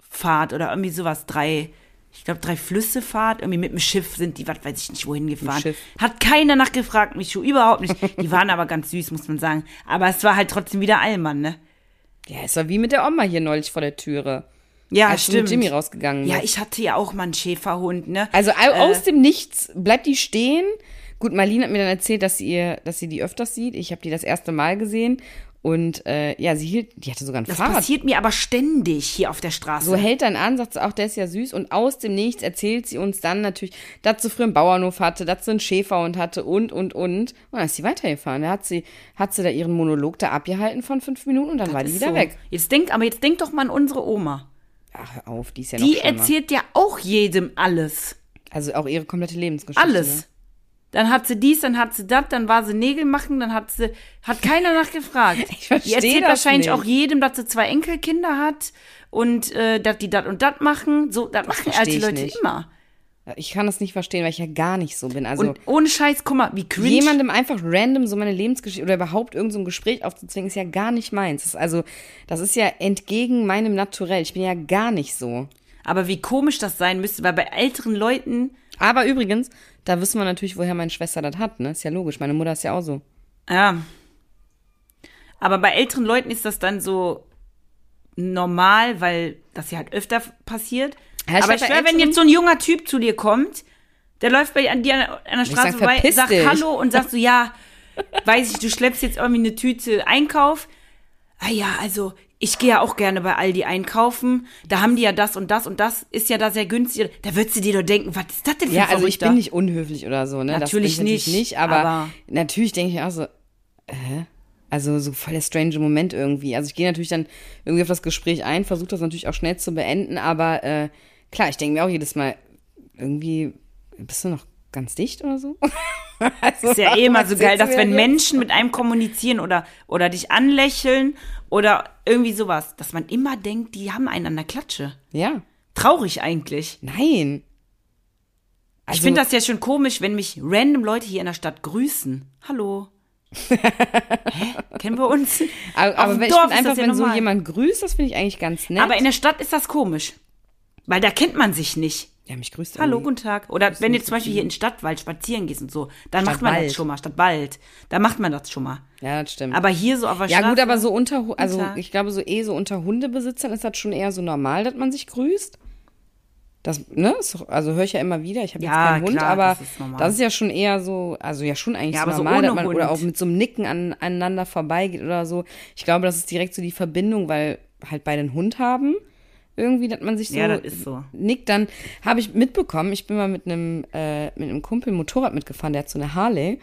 S2: Fahrt oder irgendwie sowas, drei, ich glaube drei Flüsse Fahrt, irgendwie mit dem Schiff sind die, was weiß ich nicht, wohin gefahren.
S3: Schiff.
S2: Hat keiner nachgefragt, Michu, überhaupt nicht. Die waren aber ganz süß, muss man sagen. Aber es war halt trotzdem wieder Allmann, ne?
S3: Ja, es war wie mit der Oma hier neulich vor der Türe.
S2: Ja,
S3: als du
S2: stimmt.
S3: mit Jimmy rausgegangen
S2: ja,
S3: bist.
S2: ich hatte ja auch mal einen Schäferhund, ne?
S3: Also au- aus dem Nichts bleibt die stehen. Gut, Marlene hat mir dann erzählt, dass sie, ihr, dass sie die öfters sieht. Ich habe die das erste Mal gesehen. Und äh, ja, sie hielt, die hatte sogar ein
S2: das
S3: Fahrrad.
S2: passiert mir aber ständig hier auf der Straße.
S3: So hält dann an, sagt sie, ach, der ist ja süß. Und aus dem Nichts erzählt sie uns dann natürlich, dass sie früher einen Bauernhof hatte, dass sie einen Schäferhund hatte und, und, und. Und dann ist sie weitergefahren. Da hat sie, hat sie da ihren Monolog da abgehalten von fünf Minuten und dann war die
S2: Ist
S3: wieder
S2: so.
S3: weg.
S2: Jetzt denk, aber jetzt denk doch mal an unsere Oma.
S3: Ach, hör auf, die ist ja noch
S2: Die
S3: schlimmer.
S2: erzählt ja auch jedem alles.
S3: Also auch ihre komplette Lebensgeschichte. Ne?
S2: Alles. Dann hat sie dies, dann hat sie das, dann war sie Nägel machen, dann hat sie, hat keiner
S3: (laughs)
S2: nachgefragt. Ich
S3: versteh
S2: die erzählt
S3: das
S2: wahrscheinlich
S3: nicht.
S2: auch jedem, dass sie zwei Enkelkinder hat und äh, dass die das und das machen. So, das machen
S3: versteh
S2: alte
S3: ich
S2: Leute
S3: nicht.
S2: immer.
S3: ne? Ich kann das nicht verstehen, weil ich ja gar nicht so bin. Also
S2: Und ohne Scheiß, guck mal, wie cringe.
S3: jemandem einfach random so meine Lebensgeschichte oder überhaupt irgendein so ein Gespräch aufzuzwingen, ist ja gar nicht meins. Das ist also, das ist ja entgegen meinem Naturell. Ich bin ja gar nicht so.
S2: aber wie komisch das sein müsste, weil bei älteren Leuten,
S3: Aber übrigens, da wissen wir natürlich, woher meine Schwester das hat, ne? Ist ja logisch. Meine Mutter ist ja auch so.
S2: ja. Aber bei älteren Leuten ist das dann so normal, weil das ja halt öfter f- passiert.
S3: Ja, ich
S2: aber
S3: glaub,
S2: ich
S3: bei
S2: schwör, wenn
S3: älteren-
S2: jetzt so ein junger Typ zu dir kommt, der läuft bei dir an dir an der- an der Straße
S3: sag,
S2: vorbei,
S3: verpiss
S2: sagt
S3: dich.
S2: Hallo und sagst du, ja, weiß ich, du schleppst jetzt irgendwie eine Tüte Einkauf. Ah ja, also ich gehe ja auch gerne bei Aldi einkaufen. Da haben die ja das und das und das ist ja da sehr günstig. Da würdest du dir doch denken, was ist das denn für
S3: Ja,
S2: ein
S3: also ich
S2: Verrückter?
S3: bin nicht unhöflich oder so, ne?
S2: Natürlich
S3: das bin ich
S2: nicht,
S3: nicht. Aber,
S2: aber-
S3: natürlich denke ich auch so, äh? Also so voll der strange Moment irgendwie. Also ich gehe natürlich dann irgendwie auf das Gespräch ein, versuche das natürlich auch schnell zu beenden, aber äh, klar, ich denke mir auch jedes Mal, irgendwie, bist du noch ganz dicht oder so? (laughs) also,
S2: ist ja eh
S3: warum
S2: immer so
S3: erzählst
S2: geil,
S3: du
S2: dass
S3: mir
S2: wenn
S3: das
S2: Menschen mit einem kommunizieren oder, oder dich anlächeln oder irgendwie sowas, dass man immer denkt, die haben einen an der Klatsche.
S3: jetzt? Ja,
S2: Traurig eigentlich.
S3: nein. Also
S2: ich finde das ja schon komisch, wenn mich random Leute hier in der Stadt grüßen.
S3: (laughs)
S2: Hallo. Hä? Kennen wir uns?
S3: Aber,
S2: Auf
S3: aber
S2: dem
S3: wenn, ich
S2: Dorf
S3: finde
S2: ist das
S3: einfach,
S2: ja
S3: wenn so
S2: normal.
S3: jemand grüßt, das finde ich eigentlich ganz nett.
S2: Aber in der Stadt ist das komisch. Weil da kennt man sich nicht.
S3: ja, mich grüßt
S2: Hallo,
S3: irgendwie.
S2: guten Tag. Oder wenn du zum Beispiel hier in den Stadtwald spazieren gehst und so, dann macht man
S3: Stadtwald.
S2: das schon mal. Stadtwald. Da macht man das schon mal.
S3: Ja, das stimmt.
S2: Aber hier so auf der
S3: Hm. ja,
S2: Straße.
S3: gut, aber so unter, Hu- also
S2: Tag.
S3: ich glaube, so eh so unter Hundebesitzern ist das schon eher so normal, dass man sich grüßt. Das, ne, ist doch, also höre ich ja immer wieder, ich habe
S2: Ja,
S3: jetzt keinen Hund,
S2: klar,
S3: aber
S2: das ist normal.
S3: das ist ja schon eher so, also ja schon eigentlich
S2: Ja,
S3: so
S2: aber so
S3: normal,
S2: ohne
S3: dass man, oder
S2: Hund.
S3: auch mit so einem Nicken an, aneinander vorbeigeht oder so. Ich glaube, das ist direkt so die Verbindung, weil halt beide einen Hund haben, irgendwie, dass man sich so,
S2: Ja, das ist so.
S3: nickt. Dann habe ich mitbekommen, ich bin mal mit einem, äh, mit einem Kumpel Motorrad mitgefahren, der hat so eine Harley.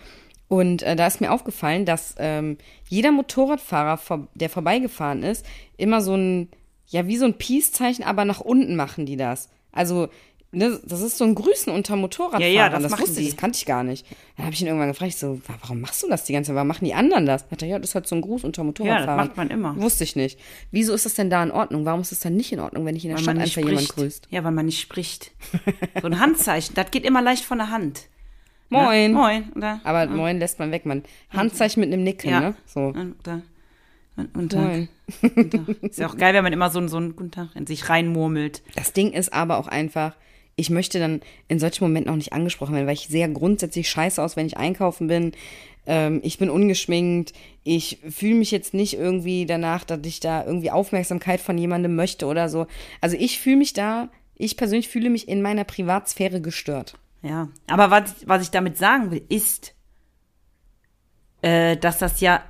S3: Und äh, da ist mir aufgefallen, dass ähm, jeder Motorradfahrer, vor, der vorbeigefahren ist, immer so ein, ja, wie so ein Peace-Zeichen, aber nach unten machen die das. Also, ne, das ist so ein Grüßen unter Motorradfahrern.
S2: Ja, ja, das machen
S3: wusste ich,
S2: die.
S3: das kannte ich gar nicht. Dann habe ich ihn irgendwann gefragt, ich so, "Wa- warum machst du das die ganze Zeit? Warum machen die anderen das? Hat er, ja, das ist halt so ein Gruß unter Motorradfahrern.
S2: macht man immer.
S3: Wusste ich nicht. Wieso ist das denn da in Ordnung? Warum ist das dann nicht in Ordnung, wenn ich in der Stadt einfach jemand grüßt? (laughs)
S2: Ja, weil man nicht spricht. So ein Handzeichen, das geht immer leicht von der Hand. Ne?
S3: Moin.
S2: Moin. Oder?
S3: Aber Moin lässt man weg, man. Handzeichen mit einem Nicken,
S2: ja.
S3: ne? So.
S2: Oder, und
S3: Moin.
S2: dann, ist ja auch geil, wenn man immer so, einen- so einen guten Tag in sich reinmurmelt.
S3: (laughs) Das Ding ist aber auch einfach, ich möchte dann in solchen Momenten auch nicht angesprochen werden, weil ich sehe ja grundsätzlich scheiße aus, wenn ich einkaufen bin. Ähm, ich bin ungeschminkt. Ich fühle mich jetzt nicht irgendwie danach, dass ich da irgendwie Aufmerksamkeit von jemandem möchte oder so. Also ich fühle mich da, ich persönlich fühle mich in meiner Privatsphäre gestört.
S2: Ja, aber was, was ich damit sagen will, ist, äh, dass das ja,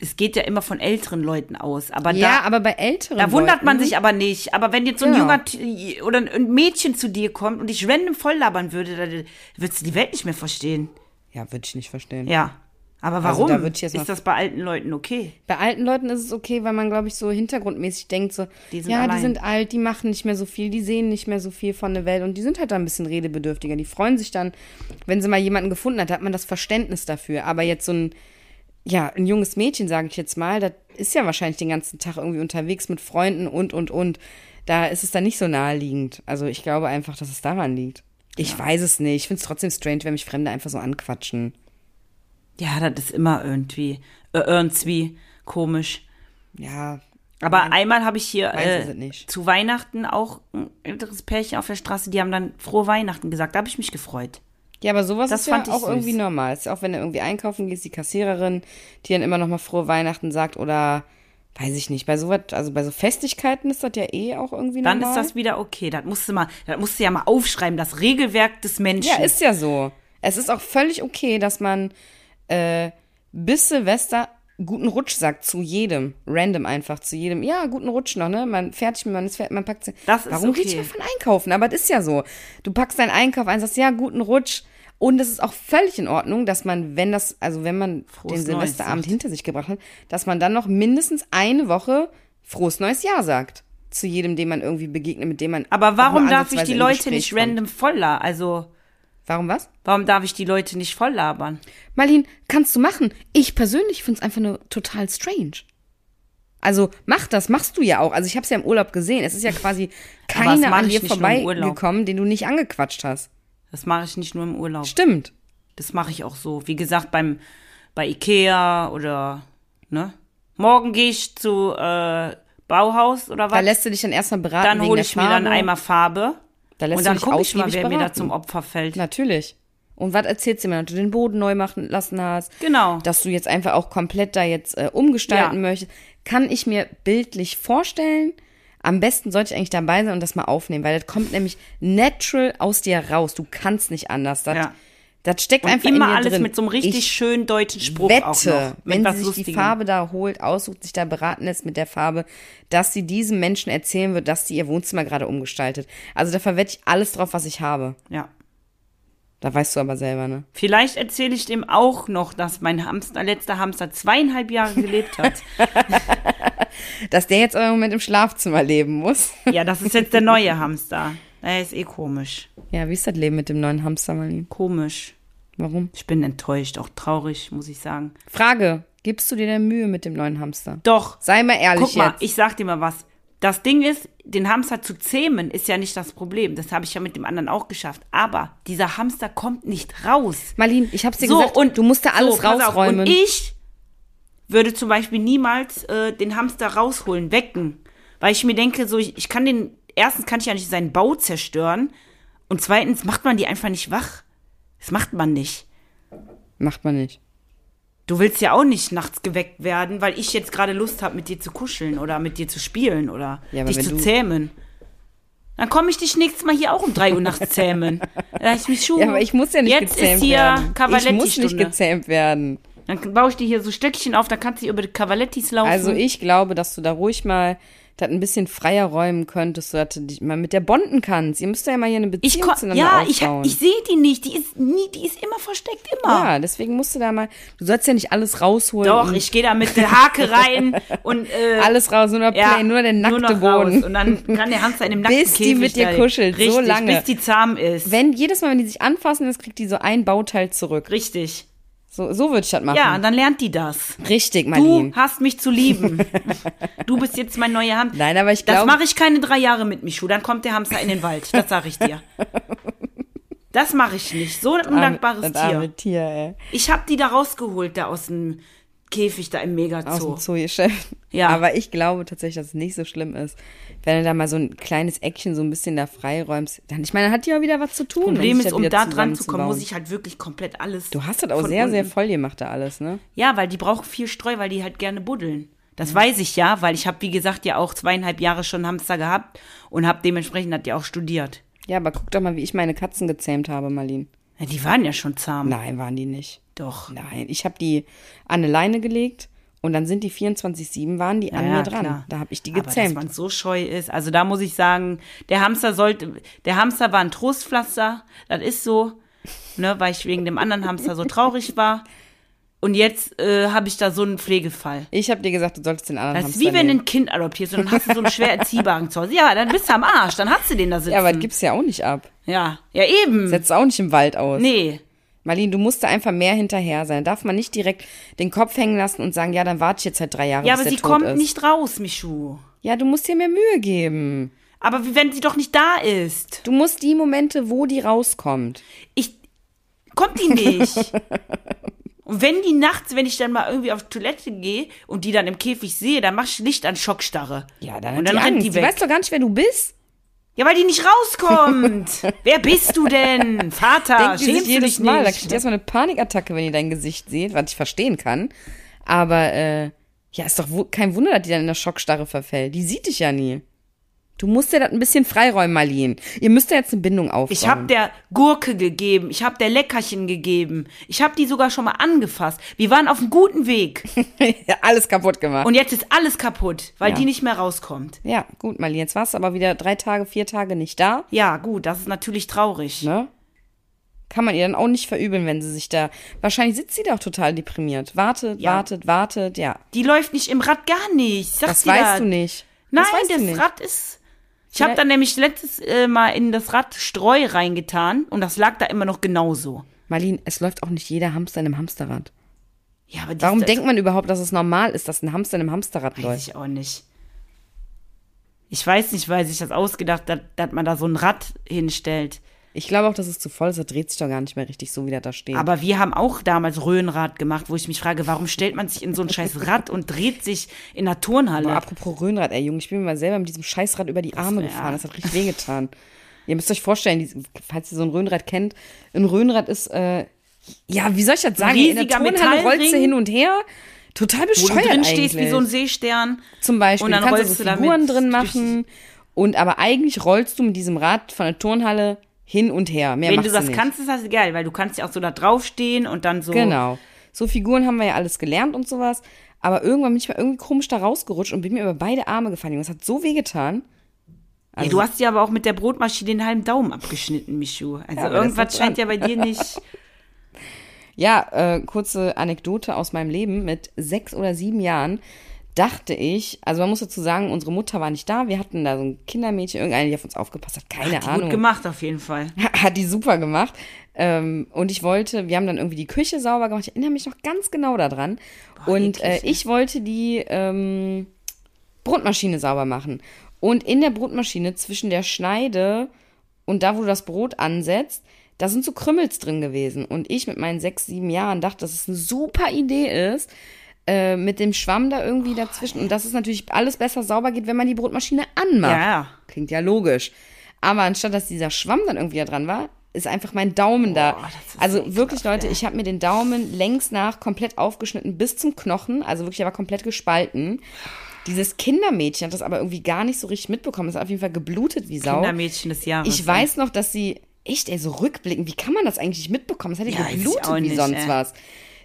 S2: es geht ja immer von älteren Leuten aus, aber da,
S3: ja, aber bei älteren.
S2: da wundert man
S3: Leuten-
S2: sich aber nicht. Aber wenn jetzt so ein
S3: Ja.
S2: junger T- oder ein Mädchen zu dir kommt und dich random voll labern würde, dann würdest du die Welt nicht mehr verstehen.
S3: Ja, würde ich nicht verstehen.
S2: Ja. Aber
S3: Also
S2: warum
S3: da würd ich jetzt mal-
S2: ist das bei alten Leuten okay?
S3: Bei alten Leuten ist es okay, weil man, glaube ich, so hintergrundmäßig denkt, so,
S2: Die sind
S3: ja, die
S2: allein.
S3: sind alt, die machen nicht mehr so viel, die sehen nicht mehr so viel von der Welt und die sind halt da ein bisschen redebedürftiger. Die freuen sich dann, wenn sie mal jemanden gefunden hat, hat man das Verständnis dafür. Aber jetzt so ein, ja, ein junges Mädchen, sage ich jetzt mal, das ist ja wahrscheinlich den ganzen Tag irgendwie unterwegs mit Freunden und, und, und. Da ist es dann nicht so naheliegend. Also ich glaube einfach, dass es daran liegt. Ich weiß es nicht. Ich finde es trotzdem strange, wenn mich Fremde einfach so anquatschen.
S2: Ja, das ist immer irgendwie, äh, irgendwie komisch.
S3: Ja,
S2: Aber einmal habe ich hier
S3: Meins ist
S2: äh,
S3: es nicht.
S2: zu Weihnachten auch ein älteres Pärchen auf der Straße, die haben dann frohe Weihnachten gesagt. Da habe ich mich gefreut.
S3: Ja, aber sowas
S2: Das
S3: ist ja
S2: fand ich
S3: auch
S2: süß.
S3: irgendwie normal. Ist ja auch wenn du irgendwie einkaufen gehst, die Kassiererin, die dann immer noch mal frohe Weihnachten sagt oder weiß ich nicht. Bei sowas, also bei so Festigkeiten ist das ja eh auch irgendwie
S2: Dann
S3: normal.
S2: ist das wieder okay. Das musst du mal, das musst du ja mal aufschreiben, das Regelwerk des Menschen.
S3: ja, ist ja so. Es ist auch völlig okay, dass man äh, bis Silvester guten Rutsch sagt zu jedem, random einfach zu jedem. Ja, guten Rutsch noch, ne? Man fertig, man ist fertig, man packt.
S2: Das ist
S3: Warum
S2: okay.
S3: rede ich mal von Einkaufen? Aber das ist ja so. Du packst deinen Einkauf ein, sagst ja, guten Rutsch. Und es ist auch völlig in Ordnung, dass man, wenn das, also wenn man
S2: Frohes
S3: den
S2: Neues
S3: Silvesterabend
S2: sagt.
S3: hinter sich gebracht hat, dass man dann noch mindestens eine Woche frohes neues Jahr sagt. Zu jedem, dem man irgendwie begegnet, mit dem man. auch
S2: Aber
S3: nur
S2: warum darf ich
S3: ansatzweise
S2: die
S3: in
S2: Leute
S3: Gespräch
S2: nicht
S3: kommt.
S2: random voll labern? Also,
S3: Warum was?
S2: warum darf ich die Leute nicht voll labern?
S3: Marlene, kannst du machen. Ich persönlich finde es einfach nur total strange. Also mach das, machst du ja auch. Also ich habe es ja im Urlaub gesehen. Es ist ja quasi
S2: (laughs) Aber das
S3: keiner
S2: mach
S3: an
S2: ich
S3: dir
S2: nicht nur im Urlaub.
S3: vorbeigekommen, den du nicht angequatscht hast.
S2: Das mache ich nicht nur im Urlaub.
S3: Stimmt.
S2: Das mache ich auch so. Wie gesagt, beim bei Ikea oder ne. Morgen gehe ich zu äh, Bauhaus oder
S3: Da
S2: was?
S3: lässt du dich dann erstmal beraten.
S2: dann
S3: wegen
S2: hole
S3: der
S2: ich mir dann
S3: Farbe.
S2: einmal Farbe
S3: Da lässt
S2: und
S3: du
S2: dann
S3: dich
S2: gucke ich mal,
S3: ausgiebig
S2: wer mir da
S3: beraten.
S2: zum Opfer fällt.
S3: Natürlich. Und was erzählst du mir, dass du den Boden neu machen lassen hast?
S2: Genau.
S3: Dass du jetzt einfach auch komplett da jetzt äh, umgestalten
S2: Ja.
S3: möchtest. Kann ich mir bildlich vorstellen. Am besten sollte ich eigentlich dabei sein und das mal aufnehmen, weil das kommt nämlich natural aus dir raus. Du kannst nicht anders. Das,
S2: Ja.
S3: das steckt einfach in
S2: Immer
S3: dir
S2: alles
S3: drin.
S2: mit so einem richtig
S3: ich
S2: schönen deutschen Spruch auch
S3: wette,
S2: noch. Mit
S3: wenn
S2: was
S3: sie sich die
S2: Lustigem.
S3: Farbe da holt, aussucht, sich da beraten lässt mit der Farbe, dass sie diesem Menschen erzählen wird, dass sie ihr Wohnzimmer gerade umgestaltet. Also da verwette ich alles drauf, was ich habe.
S2: Ja.
S3: Da weißt du aber selber, ne?
S2: Vielleicht erzähle ich dem auch noch, dass mein Hamster, letzter Hamster zweieinhalb Jahre gelebt hat.
S3: (laughs) Dass der jetzt aber im Moment im Schlafzimmer leben muss.
S2: ja, das ist jetzt der neue Hamster. Er ist eh komisch.
S3: Ja, wie ist das Leben mit dem neuen Hamster, Marlene?
S2: Komisch.
S3: Warum?
S2: Ich bin enttäuscht, auch traurig, muss ich sagen.
S3: Frage, gibst du dir denn Mühe mit dem neuen Hamster?
S2: Doch,
S3: Sei mal ehrlich
S2: guck mal,
S3: jetzt.
S2: ich sag dir mal was. Das Ding ist, den Hamster zu zähmen, ist ja nicht das Problem. Das habe ich ja mit dem anderen auch geschafft. Aber dieser Hamster kommt nicht raus.
S3: Marlene, ich hab's dir gesagt, du musst da alles
S2: so, pass auf.
S3: rausräumen.
S2: Und ich würde zum Beispiel niemals äh, den Hamster rausholen, wecken. Weil ich mir denke, so, ich, ich kann den, erstens kann ich ja nicht seinen Bau zerstören. Und zweitens macht man die einfach nicht wach. Das macht man nicht.
S3: Macht man nicht.
S2: Du willst ja auch nicht nachts geweckt werden, weil ich jetzt gerade Lust habe, mit dir zu kuscheln oder mit dir zu spielen oder
S3: Ja, aber
S2: dich
S3: wenn
S2: zu
S3: du-
S2: zähmen. Dann komme ich dich nächstes Mal hier auch um 3 Uhr nachts
S3: (laughs)
S2: zähmen. Da ich mich schon.
S3: Ja, aber ich muss ja nicht
S2: Jetzt
S3: gezähmt
S2: ist hier
S3: werden. Ich muss nicht
S2: Cavaletti-Stunde.
S3: gezähmt werden.
S2: Dann baue ich dir hier so Stöckchen auf, dann kannst du über die Cavalettis laufen.
S3: Also ich glaube, dass du da ruhig mal das ein bisschen freier räumen könntest, sodass du dich mal mit der bonden kannst. Ihr müsst ja immer hier eine
S2: ich
S3: Beziehung
S2: ko-
S3: zueinander
S2: ja, ich,
S3: aufbauen.
S2: ich sehe die nicht. Die ist nie, die ist immer versteckt, immer.
S3: ja, deswegen musst du da mal, du sollst ja nicht alles rausholen.
S2: Doch,
S3: und
S2: ich gehe da mit der Hake
S3: (laughs)
S2: rein und äh,
S3: alles raus, nur noch plain, nur der nackte
S2: noch
S3: Boden.
S2: Raus. Und dann kann der Hamster in
S3: (laughs)
S2: dem nackten
S3: Bis die
S2: Käfig
S3: mit dir
S2: da-
S3: kuschelt, so
S2: Richtig,
S3: lange.
S2: bis die zahm ist.
S3: Wenn jedes Mal, wenn die sich anfassen, das kriegt die so ein Bauteil zurück.
S2: Richtig.
S3: So, so würde ich das machen.
S2: Ja, und dann lernt die das.
S3: Richtig,
S2: Du
S3: Marlene.
S2: hast mich zu lieben.
S3: (laughs)
S2: Du bist jetzt mein neuer Hamster.
S3: Nein, aber ich
S2: Das
S3: glaube- (laughs)
S2: mache ich keine drei Jahre mit Michu. Dann kommt der Hamster in den Wald. Das sage ich dir. Das mache ich nicht. So ein undankbares
S3: ähm, Das arme
S2: Tier.
S3: Tier, ey.
S2: Ich habe die da rausgeholt, da aus dem Käfig, da im
S3: Aus
S2: Megazoo.
S3: dem Zoogeschäft.
S2: Ja.
S3: Aber ich glaube tatsächlich, dass es nicht so schlimm ist. Wenn du da mal so ein kleines Eckchen so ein bisschen da freiräumst, dann, ich meine, dann hat die ja wieder was zu tun.
S2: Problem
S3: um sich
S2: ist, um
S3: wieder
S2: da dran zu kommen,
S3: zusammenzubauen.
S2: muss ich halt wirklich komplett alles.
S3: Du hast das auch
S2: von
S3: sehr, sehr
S2: unten-
S3: voll gemacht da alles, ne?
S2: Ja, weil die brauchen viel Streu, weil die halt gerne buddeln. Das weiß ich ja, weil ich habe, wie gesagt, ja auch zweieinhalb Jahre schon Hamster gehabt und habe dementsprechend hat ja auch studiert.
S3: Ja, aber guck doch mal, wie ich meine Katzen gezähmt habe, Marlene.
S2: Ja, die waren ja schon zahm.
S3: Nein, waren die nicht.
S2: Doch.
S3: Nein, ich habe die an eine Leine gelegt und dann sind die 24-7 waren die an mir dran.
S2: klar.
S3: Da habe ich die
S2: Aber dass
S3: gezähmt.
S2: man so scheu ist, also da muss ich sagen, der Hamster sollte, der Hamster war ein Trostpflaster, das ist so, ne, weil ich wegen dem anderen Hamster so traurig war. Und jetzt äh, habe ich da so einen Pflegefall.
S3: ich habe dir gesagt, du solltest den anderen
S2: Das ist
S3: Hamster
S2: wie wenn du
S3: nehmen.
S2: ein Kind adoptierst und dann hast du so einen schwer erziehbaren zu Hause. Ja, dann bist du am Arsch, dann hast du den da sitzen.
S3: Ja, aber das gibst du ja auch nicht ab.
S2: ja. ja, eben.
S3: Setzt auch nicht im Wald aus.
S2: Hm. Nee.
S3: Marlene, du musst da einfach mehr hinterher sein. Da darf man nicht direkt den Kopf hängen lassen und sagen, ja, dann warte ich jetzt halt drei Jahre,
S2: Ja,
S3: bis
S2: aber
S3: der
S2: sie
S3: tot
S2: kommt
S3: ist.
S2: nicht raus, Michu.
S3: Ja, du musst dir mehr Mühe geben.
S2: Aber wie- wenn sie doch nicht da ist.
S3: Du musst die Momente, wo die rauskommt.
S2: Ich. Kommt die
S3: (laughs)
S2: nicht. und wenn die nachts, wenn ich dann mal irgendwie auf Toilette gehe und die dann im Käfig sehe, dann mach ich Licht an Schockstarre.
S3: Ja, dann,
S2: und
S3: hat
S2: dann
S3: die
S2: rennt
S3: Angst.
S2: die
S3: Die
S2: weg.
S3: weiß doch gar nicht, wer du bist.
S2: Ja, weil die nicht rauskommt.
S3: (laughs)
S2: Wer bist du denn? Vater,
S3: Denkt die sich
S2: schämst du
S3: jedes
S2: dich
S3: Mal. Da
S2: nicht?
S3: kriegt die erstmal eine Panikattacke, wenn die dein Gesicht sieht, was ich verstehen kann. Aber äh, ja, ist doch wu- kein Wunder, dass die dann in der Schockstarre verfällt. Die sieht dich ja nie. Du musst dir das ein bisschen freiräumen, Marlene. Ihr müsst ja jetzt eine Bindung aufbauen.
S2: Ich
S3: (laughs)
S2: habe der Gurke gegeben, ich habe der Leckerchen gegeben, ich habe die sogar schon mal angefasst. Wir waren auf einem guten Weg
S3: alles kaputt gemacht.
S2: und jetzt ist alles kaputt, weil
S3: Ja.
S2: die nicht mehr rauskommt.
S3: ja, gut, Marlene. Jetzt warst du aber wieder drei Tage, vier Tage nicht da.
S2: Ja, gut, das ist natürlich traurig.
S3: Ne? Kann man ihr dann auch nicht verübeln, wenn sie sich da. Wahrscheinlich sitzt sie da auch total deprimiert. Wartet,
S2: Ja.
S3: wartet, wartet, ja.
S2: Die läuft nicht im Rad gar nicht. Sag
S3: Das
S2: dir
S3: weißt
S2: das.
S3: du nicht.
S2: Nein,
S3: das weißt
S2: das
S3: du nicht.
S2: Rad ist. Ich habe dann nämlich letztes äh, Mal in das Rad Streu reingetan und das lag da immer noch genauso.
S3: Marlene, es läuft auch nicht jeder Hamster in einem Hamsterrad.
S2: Ja, aber die
S3: Warum
S2: ist,
S3: denkt man überhaupt, dass es normal ist, dass ein Hamster in einem Hamsterrad
S2: Weiß
S3: läuft?
S2: ich auch nicht. Ich weiß nicht, weil sich das ausgedacht hat, dass man da so ein Rad hinstellt.
S3: Ich glaube auch, dass es zu voll ist. Das dreht sich doch gar nicht mehr richtig so, wie das da steht.
S2: Aber wir haben auch damals Röhrenrad gemacht, wo ich mich frage, warum stellt man sich in so ein scheiß Rad und dreht sich in der Turnhalle?
S3: Aber apropos Röhnrad, ey Junge, ich bin mir mal selber mit diesem Scheißrad über die Arme
S2: ne. wär-
S3: gefahren. Das hat
S2: (laughs)
S3: richtig wehgetan. ihr müsst euch vorstellen, die, falls ihr so ein Röhnrad kennt, ein Röhnrad ist, äh, ja, wie soll ich das sagen? In der
S2: riesiger
S3: Turnhalle rollst du
S2: Metallring,
S3: hin und her. Total
S2: wo du
S3: bescheuert
S2: drin
S3: eigentlich.
S2: stehst wie so ein Seestern.
S3: Zum Beispiel,
S2: Und dann
S3: du kannst
S2: rollst
S3: also
S2: du damit
S3: Figuren drin
S2: durch die-
S3: machen. Und aber eigentlich rollst du mit diesem Rad von der Turnhalle hin und her. Mehr
S2: Wenn
S3: machst
S2: du das
S3: nicht.
S2: kannst, ist das geil, weil du kannst ja auch so da draufstehen und dann so.
S3: Genau. So Figuren haben wir ja alles gelernt und sowas. Aber irgendwann bin ich mal irgendwie komisch da rausgerutscht und bin mir über beide Arme gefallen. Das hat so weh getan.
S2: ja,
S3: also
S2: du hast dir aber auch mit der Brotmaschine den halben Daumen abgeschnitten, Michu. Also
S3: aber das
S2: irgendwas
S3: ist dran.
S2: scheint ja bei
S3: (laughs)
S2: dir nicht.
S3: Ja, äh, kurze Anekdote aus meinem Leben. Mit sechs oder sieben Jahren dachte ich, also man muss dazu sagen, unsere Mutter war nicht da. Wir hatten da so ein Kindermädchen, irgendeine, die auf uns aufgepasst hat. Keine
S2: Hat die
S3: Ahnung.
S2: gut gemacht, auf jeden Fall.
S3: (laughs) Hat die super gemacht. Ähm, und ich wollte, wir haben dann irgendwie die Küche sauber gemacht. Ich erinnere mich noch ganz genau daran. und äh,
S2: eklig, ne?
S3: ich wollte die ähm, Brotmaschine sauber machen. Und in der Brotmaschine zwischen der Schneide und da, wo du das Brot ansetzt, da sind so Krümmels drin gewesen. Und ich mit meinen sechs, sieben Jahren dachte, dass es eine super Idee ist, äh, mit dem Schwamm da irgendwie dazwischen. Und dass es natürlich alles besser sauber geht, wenn man die Brotmaschine anmacht.
S2: Ja, ja.
S3: Klingt ja logisch. Aber anstatt dass dieser Schwamm dann irgendwie da dran war, ist einfach mein Daumen da.
S2: das ist
S3: Also wirklich, Leute, ich habe mir den Daumen längs nach komplett aufgeschnitten bis zum Knochen. Also wirklich, aber komplett gespalten. Dieses Kindermädchen hat das aber irgendwie gar nicht so richtig mitbekommen. Es hat auf jeden Fall geblutet wie Sau.
S2: Kindermädchen des Jahres.
S3: Ich weiß noch, dass sie, echt, ey, so rückblicken, wie kann man das eigentlich nicht mitbekommen? Es hat ja
S2: Ja, weiß ich
S3: geblutet
S2: auch
S3: wie
S2: nicht,
S3: sonst
S2: ey.
S3: was.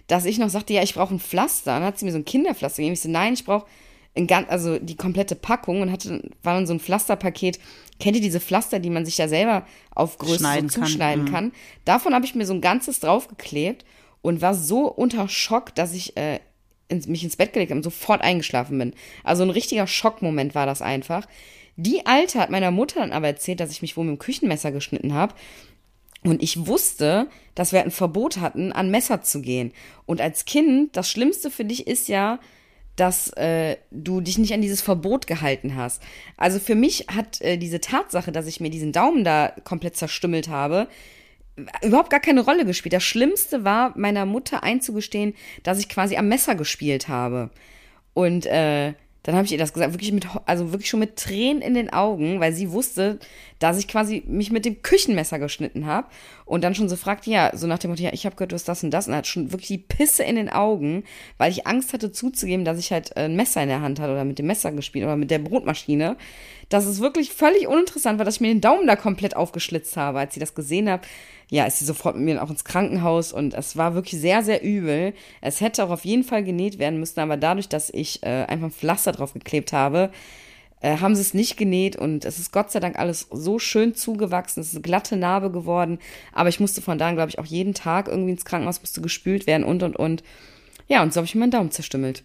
S3: Dass ich noch sagte, ja, ich brauche ein Pflaster. Dann hat sie mir so ein Kinderpflaster gegeben. Ich so, nein, ich brauche ein ganz, also die komplette Packung und hatte, war dann so ein Pflasterpaket. Kennt ihr diese Pflaster, die man sich ja selber auf Größe
S2: Schneiden
S3: so
S2: kann, Mhm.
S3: zuschneiden kann? Davon habe ich mir so ein ganzes draufgeklebt und war so unter Schock, dass ich äh, ins, mich ins Bett gelegt habe und sofort eingeschlafen bin. Also ein richtiger Schockmoment war das einfach. Die Alte hat meiner Mutter dann aber erzählt, dass ich mich wohl mit dem Küchenmesser geschnitten habe. Und ich wusste, dass wir halt ein Verbot hatten, an Messer zu gehen. Und als Kind, das Schlimmste für dich ist ja, dass äh, du dich nicht an dieses Verbot gehalten hast. Also für mich hat äh, diese Tatsache, dass ich mir diesen Daumen da komplett zerstümmelt habe, überhaupt gar keine Rolle gespielt. Das Schlimmste war, meiner Mutter einzugestehen, dass ich quasi am Messer gespielt habe. Und äh, dann habe ich ihr das gesagt, wirklich mit, also wirklich schon mit Tränen in den Augen, weil sie wusste, dass ich quasi mich mit dem Küchenmesser geschnitten habe und dann schon so fragte, ja, so nach dem Motto, ja, ich habe gehört, du hast das und das und hat schon wirklich die Pisse in den Augen, weil ich Angst hatte zuzugeben, dass ich halt ein Messer in der Hand hatte oder mit dem Messer gespielt oder mit der Brotmaschine, dass es wirklich völlig uninteressant war, dass ich mir den Daumen da komplett aufgeschlitzt habe, als sie das gesehen hat. Ja, ist sie sofort mit mir auch ins Krankenhaus und es war wirklich sehr, sehr übel. Es hätte auch auf jeden Fall genäht werden müssen, aber dadurch, dass ich äh, einfach ein Pflaster drauf geklebt habe, äh, haben sie es nicht genäht und es ist Gott sei Dank alles so schön zugewachsen, es ist eine glatte Narbe geworden, aber ich musste von da an, glaube ich, auch jeden Tag irgendwie ins Krankenhaus, musste gespült werden und und und. Ja, und so habe ich mir meinen Daumen zerstümmelt.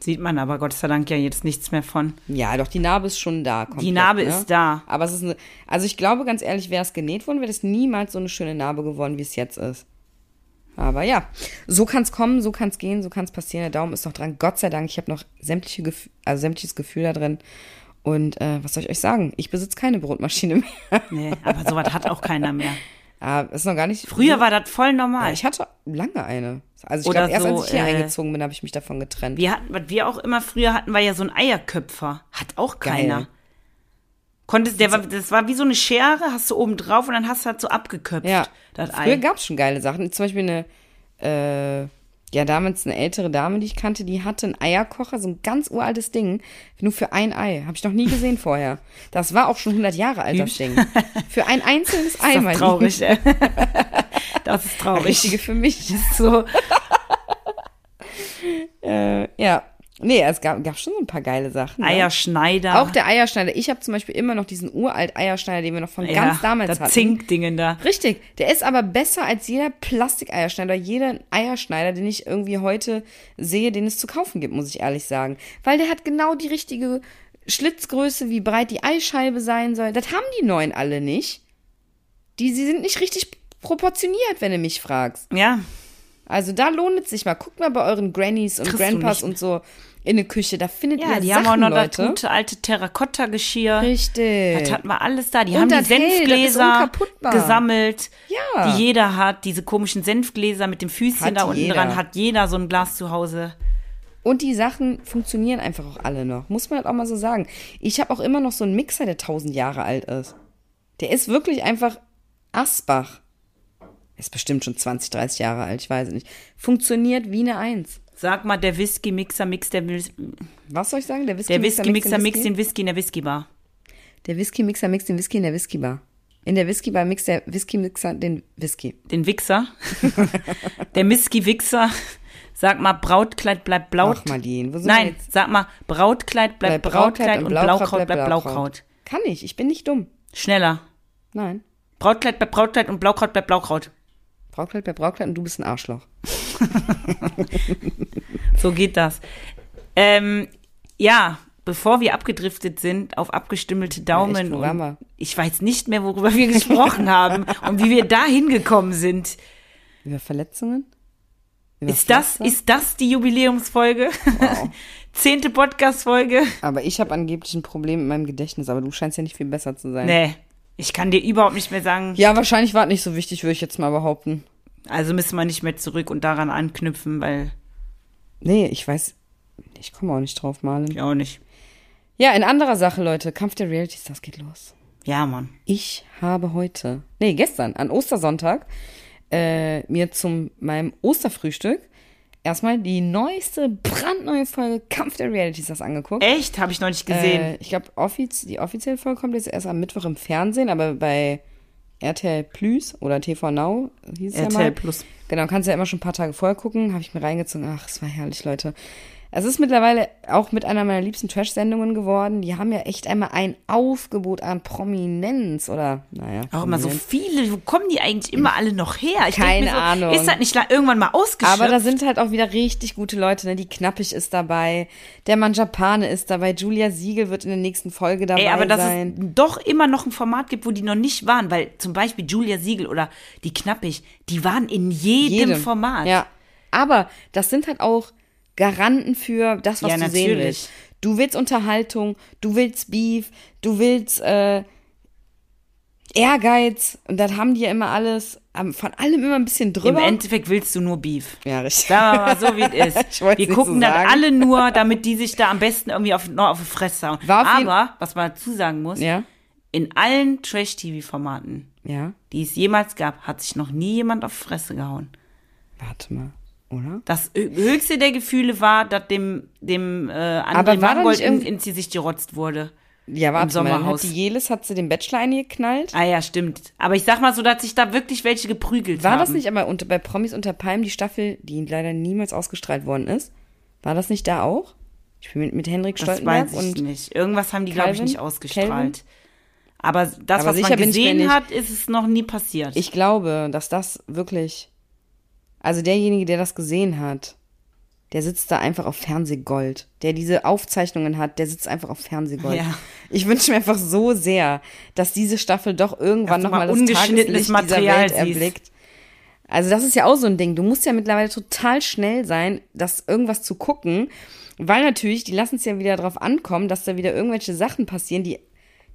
S2: Sieht man aber Gott sei Dank ja jetzt nichts mehr von.
S3: Ja, doch, die Narbe ist schon da.
S2: Die Narbe
S3: ne?
S2: ist da.
S3: Aber es ist eine, also ich glaube ganz ehrlich, wäre es genäht worden, wäre das niemals so eine schöne Narbe geworden, wie es jetzt ist. Aber ja, so kann es kommen, so kann es gehen, so kann es passieren. Der Daumen ist noch dran. Gott sei Dank, ich habe noch sämtliche Gef also sämtliches Gefühl da drin. Und äh, was soll ich euch sagen? Ich besitze keine Brotmaschine (laughs) mehr.
S2: Nee,
S3: (laughs)
S2: aber sowas hat auch keiner mehr.
S3: Ah, ist noch gar nicht.
S2: Früher war das voll normal.
S3: Ich hatte lange eine. Also ich
S2: Oder
S3: glaube, erst
S2: so,
S3: als ich hier
S2: äh,
S3: eingezogen bin, habe ich mich davon getrennt.
S2: Wir hatten, was wir auch immer früher hatten, war ja so ein Eierköpfer. Hat auch
S3: Geil.
S2: keiner. Konntest, der war, das war wie so eine Schere, hast du oben drauf und dann hast du halt so abgeköpft.
S3: Ja.
S2: Das
S3: Früher
S2: Ei.
S3: gab es schon geile Sachen. Zum Beispiel eine, äh, ja, damals eine ältere Dame, die ich kannte, die hatte einen Eierkocher, so ein ganz uraltes Ding, nur für ein Ei. Habe ich noch nie gesehen vorher. Das war auch schon 100 Jahre alt, das Ding. Für ein einzelnes Ei,
S2: Das (laughs)
S3: mein
S2: ist
S3: Lieber.
S2: traurig, ey. (laughs) Das ist
S3: (laughs) Richtige
S2: traurig.
S3: für mich.
S2: So,
S3: Äh, Ja. Nee, es gab, gab schon so ein paar geile Sachen. ne?
S2: Eierschneider.
S3: Auch der Eierschneider. Ich habe zum Beispiel immer noch diesen uralt Eierschneider, den wir noch von
S2: ja,
S3: ganz damals
S2: das
S3: hatten.
S2: Zinkdingen da.
S3: Richtig. Der ist aber besser als jeder Plastikeierschneider, jeder Eierschneider, den ich irgendwie heute sehe, den es zu kaufen gibt, muss ich ehrlich sagen. Weil der hat genau die richtige Schlitzgröße, wie breit die Eischeibe sein soll. Das haben die neuen alle nicht. Die, sie sind nicht richtig proportioniert, wenn du mich fragst.
S2: Ja,
S3: Also da lohnt es sich mal. Guckt mal bei euren Grannies und
S2: Kriegst du
S3: Grandpas
S2: nicht.
S3: und so in eine Küche. Da findet
S2: ja,
S3: ihr
S2: die
S3: Sachen,
S2: haben auch noch das
S3: Leute.
S2: gute alte Terrakotta-Geschirr.
S3: Richtig.
S2: Das hatten wir alles da. Die
S3: Und
S2: haben die
S3: das Hell, das ist
S2: Senfgläser
S3: unkaputtbar.
S2: gesammelt,
S3: Ja.
S2: die jeder hat. Diese komischen Senfgläser mit dem Füßchen
S3: Hat
S2: da unten
S3: jeder.
S2: dran hat jeder so ein Glas zu Hause.
S3: Und die Sachen funktionieren einfach auch alle noch. Muss man halt auch mal so sagen. Ich habe auch immer noch so einen Mixer, der 1000 Jahre alt ist. Der ist wirklich einfach Asbach. Ist bestimmt schon 20, 30 Jahre alt, ich weiß es nicht. Funktioniert wie eine Eins.
S2: Sag mal, der Whisky-Mixer mixt der, Whis-
S3: Was soll ich sagen? Der
S2: der
S3: Whisky-Mixer
S2: Whisky-Mixer mixt
S3: mixt
S2: den
S3: den Whisky?
S2: Whisky in der Whisky-Bar.
S3: Der Whisky-Mixer mixt den Whisky in der Whisky-Bar. In der Whisky-Bar mixt der Whisky-Mixer den Whisky.
S2: Den Wichser. (laughs) der Misky-Wichser. Sag mal, Brautkleid bleibt Blaut.
S3: Ach, Marlene, wo sind wir
S2: Nein,
S3: jetzt?
S2: sag mal, Brautkleid bleibt Brautkleid und Blaukraut bleibt Blaukraut.
S3: Kann ich, ich bin nicht dumm.
S2: Schneller.
S3: Nein.
S2: Brautkleid bleibt Brautkleid und Blaukraut bleibt Blaukraut.
S3: Brautkleid bleibt Brautkleid und du bist ein Arschloch.
S2: So geht das. Ähm, ja, bevor wir abgedriftet sind auf abgestimmelte Daumen,
S3: echt, wo waren wir?
S2: und ich weiß nicht mehr, worüber wir (laughs) gesprochen haben und wie wir da hingekommen sind.
S3: Über Verletzungen? Über
S2: Ist das,
S3: Pflaster?
S2: ist das die Jubiläumsfolge? (laughs) Zehnte Podcast-Folge?
S3: Aber ich habe angeblich ein Problem mit meinem Gedächtnis, aber du scheinst ja nicht viel besser zu sein.
S2: Nee, ich kann dir überhaupt nicht mehr sagen.
S3: Ja, wahrscheinlich war es nicht so wichtig, würde ich jetzt mal behaupten.
S2: Also müssen wir nicht mehr zurück und daran anknüpfen, weil
S3: Nee, ich weiß. Ich komme auch nicht drauf, Malen.
S2: ich auch nicht.
S3: Ja, in anderer Sache, Leute. Kampf der Reality Stars geht los.
S2: Ja, Mann.
S3: Ich habe heute, nee, gestern, an Ostersonntag, äh, mir zum meinem Osterfrühstück erstmal die neueste, brandneue Folge Kampf der Reality Stars angeguckt.
S2: Echt? Habe ich noch nicht gesehen.
S3: Äh, ich glaube, offiz die offizielle Folge kommt jetzt erst am Mittwoch im Fernsehen, aber bei RTL Plus oder TV Now hieß es ja mal.
S2: RTL Plus.
S3: Genau, kannst ja immer schon ein paar Tage vorher gucken. Habe ich mir reingezogen. Ach, es war herrlich, Leute. Es ist mittlerweile auch mit einer meiner liebsten Trash-Sendungen geworden. Die haben ja echt einmal ein Aufgebot an Prominenz oder, naja.
S2: auch immer so
S3: Prominenz.
S2: viele. Wo kommen die eigentlich immer alle noch her? Ich denk
S3: Keine
S2: mir so,
S3: Ahnung.
S2: Ist das nicht la- irgendwann mal ausgeschöpft?
S3: Aber da sind halt auch wieder richtig gute Leute, ne? Die Knappig ist dabei, der Mann Japane ist dabei, Julia Siegel wird in der nächsten Folge dabei
S2: Ey, aber dass
S3: sein.
S2: es doch immer noch ein Format gibt, wo die noch nicht waren, weil zum Beispiel Julia Siegel oder die Knappig, die waren in jedem, Format.
S3: Ja. Aber das sind halt auch Garanten für das, was
S2: Ja,
S3: du sehen
S2: natürlich.
S3: willst. Du willst Unterhaltung, du willst Beef, du willst äh, Ehrgeiz und das haben die ja immer alles, am- von allem immer ein bisschen
S2: Im
S3: drüber.
S2: Endeffekt willst du nur Beef.
S3: ja, richtig. (laughs)
S2: Sagen wir mal so, wie es ist.
S3: Ich wollt's
S2: Wir
S3: nicht
S2: gucken
S3: so
S2: dann
S3: sagen.
S2: alle nur, damit die sich da am besten irgendwie auf, noch auf die Fresse hauen.
S3: War auf jeden-
S2: Aber, was man dazu sagen muss,
S3: Ja,
S2: in allen Trash-TV-Formaten,
S3: ja.
S2: die es jemals gab, hat sich noch nie jemand auf die Fresse gehauen.
S3: Warte mal, oder?
S2: Das hö- höchste der Gefühle war, dass dem, dem äh,
S3: Aber war
S2: André
S3: da
S2: Mangold
S3: nicht
S2: in,
S3: irgendwie-
S2: in die sich gerotzt wurde.
S3: Ja, warte mal. Dann
S2: Sommerhaus.
S3: hat die Jelis, hat sie den Bachelor eingeknallt?
S2: Ah ja, stimmt. Aber ich sag mal so, dass sich da wirklich welche geprügelt
S3: War
S2: haben.
S3: das nicht aber unter, bei Promis unter Palmen die Staffel, die leider niemals ausgestrahlt worden ist? War das nicht da auch? Ich bin mit, mit Henrik
S2: Das
S3: Stoltenberg
S2: weiß ich
S3: und
S2: nicht. Irgendwas haben die, glaube ich,
S3: Calvin?
S2: nicht ausgestrahlt.
S3: Calvin?
S2: Aber das,
S3: Aber
S2: was
S3: sicher
S2: man
S3: bin ich mir
S2: gesehen
S3: nicht.
S2: hat, ist es noch nie passiert.
S3: ich glaube, dass das wirklich. Also derjenige, der das gesehen hat, der sitzt da einfach auf Fernsehgold. Der diese Aufzeichnungen hat, der sitzt einfach auf Fernsehgold.
S2: Ja.
S3: Ich wünsche mir einfach so sehr, dass diese Staffel doch irgendwann
S2: Dass du mal
S3: nochmal das
S2: ungeschnittenes
S3: Tageslicht
S2: Material
S3: dieser Welt
S2: siehst.
S3: erblickt. Also das ist ja auch so ein Ding. Du musst ja mittlerweile total schnell sein, das irgendwas zu gucken, weil natürlich, die lassen es ja wieder drauf ankommen, dass da wieder irgendwelche Sachen passieren, die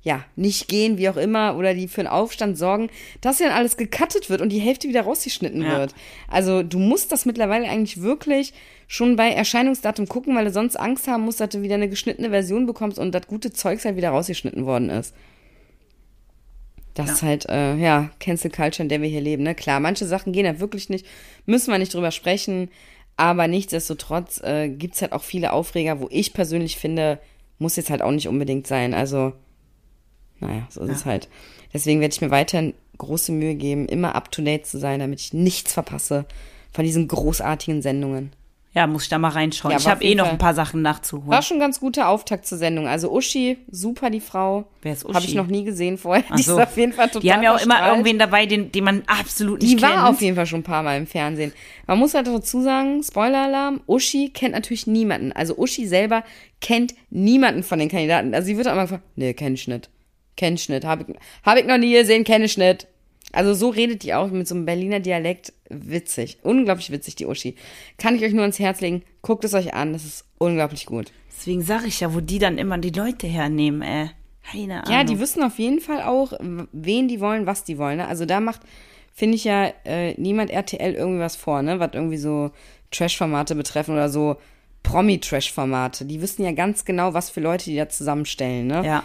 S3: ja nicht gehen, wie auch immer, oder die für einen Aufstand sorgen, dass ja dann alles gecuttet wird und die Hälfte wieder rausgeschnitten
S2: Ja.
S3: wird. Also du musst das mittlerweile eigentlich wirklich schon bei Erscheinungsdatum gucken, weil du sonst Angst haben musst, dass du wieder eine geschnittene Version bekommst und das gute Zeugs halt wieder rausgeschnitten worden ist. Das ist halt, äh, ja, Cancel Culture, in der wir hier leben, ne? Klar, manche Sachen gehen halt wirklich nicht, müssen wir nicht drüber sprechen, aber nichtsdestotrotz äh, gibt's halt auch viele Aufreger, wo ich persönlich finde, muss jetzt halt auch nicht unbedingt sein. Also, naja, so ist es halt. Deswegen werde ich mir weiterhin große Mühe geben, immer up to date zu sein, damit ich nichts verpasse von diesen großartigen Sendungen.
S2: ja, muss ich da mal reinschauen.
S3: Ja,
S2: ich
S3: war auf
S2: habe eh
S3: jeden
S2: noch
S3: Fall-
S2: ein paar Sachen nachzuholen.
S3: War schon ganz guter Auftakt zur Sendung. Also Uschi, super die Frau.
S2: Wer ist
S3: Habe
S2: Uschi?
S3: ich noch nie gesehen vorher. (laughs)
S2: Ach
S3: Die
S2: so.
S3: ist auf jeden Fall total
S2: Die haben ja auch immer
S3: verstrahlt.
S2: irgendwen dabei, den, den man absolut nicht
S3: Die
S2: kennt.
S3: war auf jeden Fall schon ein paar Mal im Fernsehen. Man muss halt dazu sagen, Spoiler-Alarm, Uschi kennt natürlich niemanden. Also Uschi selber kennt niemanden von den Kandidaten. Also sie wird auch immer gefragt, nee, kenn ich nicht. Kenn ich nicht. Hab ich, hab ich noch nie gesehen, kenn ich nicht. Also so redet die auch mit so einem Berliner Dialekt. Witzig. Unglaublich witzig, die Uschi. Kann ich euch nur ans Herz legen. Guckt es euch an. Das ist unglaublich gut.
S2: Deswegen sage ich ja, wo die dann immer die Leute hernehmen, ey. Keine Ahnung.
S3: Ja, die wissen auf jeden Fall auch, w- wen die wollen, was die wollen. Ne? Also da macht, finde ich ja, äh, niemand RTL irgendwie was vor, ne? Was irgendwie so Trash-Formate betreffen oder so Promi-Trash-Formate. Die wissen ja ganz genau, was für Leute die da zusammenstellen, ne?
S2: Ja.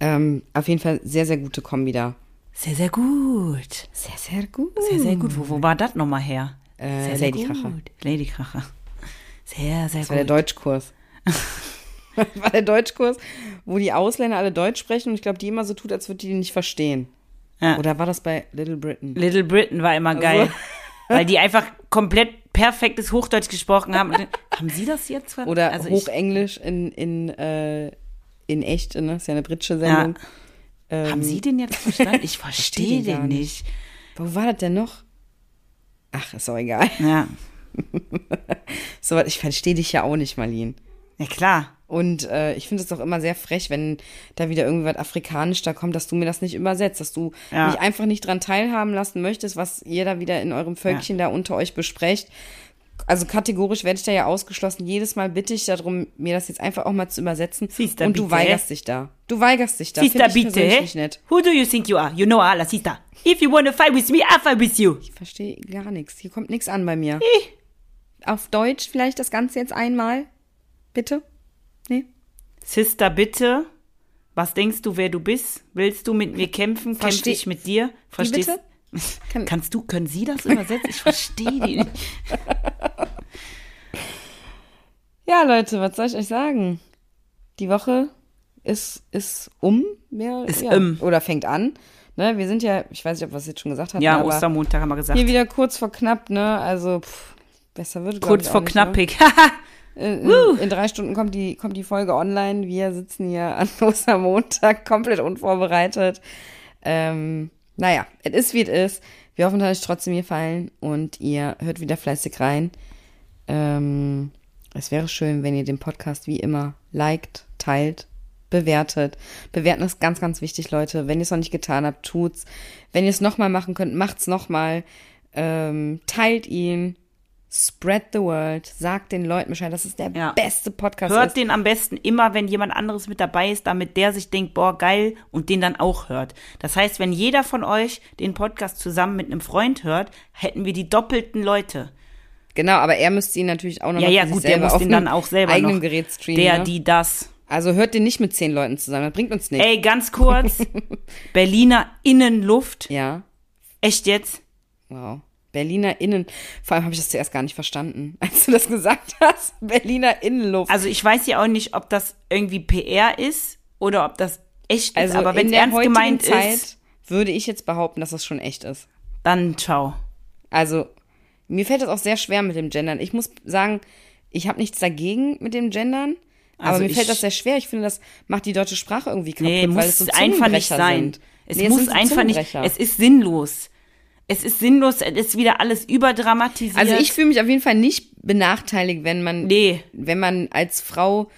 S3: Ähm, auf jeden Fall sehr, sehr gute Kombi da.
S2: Sehr, sehr gut.
S3: Sehr, sehr gut.
S2: Sehr, sehr gut. Wo, wo war das nochmal her?
S3: Hm. Äh,
S2: sehr, sehr
S3: Lady
S2: gut.
S3: Kracher.
S2: Lady Kracher. Sehr, sehr
S3: Das war der
S2: gut.
S3: Deutschkurs. Das war der Deutschkurs, wo die Ausländer alle Deutsch sprechen und ich glaube, die immer so tut, als würde die die nicht verstehen.
S2: Ja.
S3: Oder war das bei Little Britain?
S2: Little Britain war immer geil. (laughs) Weil die einfach komplett perfektes Hochdeutsch gesprochen haben. Und dann, haben Sie das jetzt? ver-
S3: Oder
S2: also ich,
S3: Hochenglisch in, in, äh, in echt, ne? Ist ja eine britische Sendung.
S2: Haben Sie den jetzt verstanden?
S3: (laughs)
S2: Ich verstehe
S3: den Ähm, gar
S2: den nicht.
S3: Wo war das denn noch? Ach, ist doch egal. (laughs)
S2: Ja.
S3: So was, ich verstehe dich ja auch nicht, Marlene.
S2: ja, klar.
S3: Und äh, ich finde es auch immer sehr frech, wenn da wieder irgendwas Afrikanisch da kommt, dass du mir das nicht übersetzt, dass du
S2: Ja.
S3: mich einfach nicht dran teilhaben lassen möchtest, was ihr da wieder in eurem Völkchen da unter euch besprecht. Also kategorisch werde ich da ja ausgeschlossen. Jedes Mal bitte ich darum, mir das jetzt einfach auch mal zu übersetzen.
S2: Siehst du,
S3: Und du
S2: bitte.
S3: weigerst dich da. Du weigerst dich da.
S2: Sister,
S3: Finde ich persönlich
S2: bitte.
S3: Nicht nett.
S2: Who do you think you are? You know Allah, Sister. If you want to fight with me, I fight with you.
S3: Ich verstehe gar nichts. Hier kommt nichts an bei mir. Auf Deutsch vielleicht das Ganze jetzt einmal? Bitte? Nee?
S2: Sister, bitte. Was denkst du, wer du bist? Willst du mit mir kämpfen? Kämpfe
S3: Versteh-
S2: ich mit dir? Verstehst
S3: bitte? Kann-
S2: Kannst du, können Sie das übersetzen? Ich verstehe die nicht.
S3: Ja, Leute, was soll ich euch sagen? Die Woche ist, ist um. Mehr,
S2: Ist
S3: ja,
S2: im.
S3: Oder fängt an. Ne, wir sind ja, ich weiß nicht, ob wir es jetzt schon gesagt hatten,
S2: Ja,
S3: aber
S2: Ostermontag haben wir gesagt.
S3: hier wieder kurz vor knapp, ne? Also, pff, besser wird glaub
S2: Kurz
S3: ich, auch
S2: vor
S3: nicht, Ne?
S2: knappig. (laughs)
S3: In, in, in drei Stunden kommt die, kommt die Folge online. Wir sitzen hier an (laughs) Ostermontag komplett unvorbereitet. Ähm, naja, es ist wie es ist. Wir hoffen, dass es trotzdem gefallen und ihr hört wieder fleißig rein. Ähm, es wäre schön, wenn ihr den Podcast wie immer liked, teilt, bewertet. Bewerten ist ganz, ganz wichtig, Leute. Wenn ihr es noch nicht getan habt, tut's. Wenn ihr es nochmal machen könnt, macht's nochmal. Ähm, teilt ihn. Spread the word. Sagt den Leuten Bescheid, dass es der
S2: Ja.
S3: beste Podcast
S2: Hört
S3: ist.
S2: den am besten immer, wenn jemand anderes mit dabei ist, damit der sich denkt, boah, geil, und den dann auch hört. Das heißt, wenn jeder von euch den Podcast zusammen mit einem Freund hört, hätten wir die doppelten Leute.
S3: Genau, aber er müsste ihn natürlich auch noch
S2: Ja,
S3: mal
S2: ja,
S3: für sich
S2: gut, der
S3: selber
S2: muss
S3: auf
S2: den
S3: einem
S2: dann auch selber
S3: eigenen
S2: noch.
S3: Gerät streamen.
S2: der,
S3: ne?
S2: die, das.
S3: also hört den nicht mit zehn Leuten zusammen, das bringt uns nichts.
S2: Ey, ganz
S3: (laughs)
S2: kurz. Berliner Innenluft.
S3: Ja,
S2: Echt jetzt?
S3: wow. Berliner Innen. Vor allem habe ich das zuerst gar nicht verstanden, (laughs) als du das gesagt hast. Berliner Innenluft.
S2: Also ich weiß ja auch nicht, ob das irgendwie PR ist oder ob das echt ist.
S3: Also
S2: Aber wenn
S3: in
S2: es
S3: der
S2: ernst
S3: heutigen
S2: gemeint
S3: Zeit
S2: ist,
S3: würde ich jetzt behaupten, dass das schon echt ist.
S2: dann ciao.
S3: Also mir fällt das auch sehr schwer mit dem Gendern. Ich muss sagen, ich habe nichts dagegen mit dem Gendern, aber
S2: Also
S3: mir fällt
S2: ich-
S3: das sehr schwer. Ich finde, das macht die deutsche Sprache irgendwie kaputt,
S2: Nee,
S3: weil
S2: muss
S3: es so
S2: einfach nicht
S3: Zungenbrecher
S2: sein.
S3: Sind.
S2: Es
S3: Nee,
S2: muss
S3: sind so
S2: einfach nicht.
S3: Zungenbrecher.
S2: Es ist sinnlos. Es ist sinnlos, es ist wieder alles überdramatisiert.
S3: also ich fühle mich auf jeden Fall nicht benachteiligt, wenn man
S2: Nee.
S3: wenn man als Frau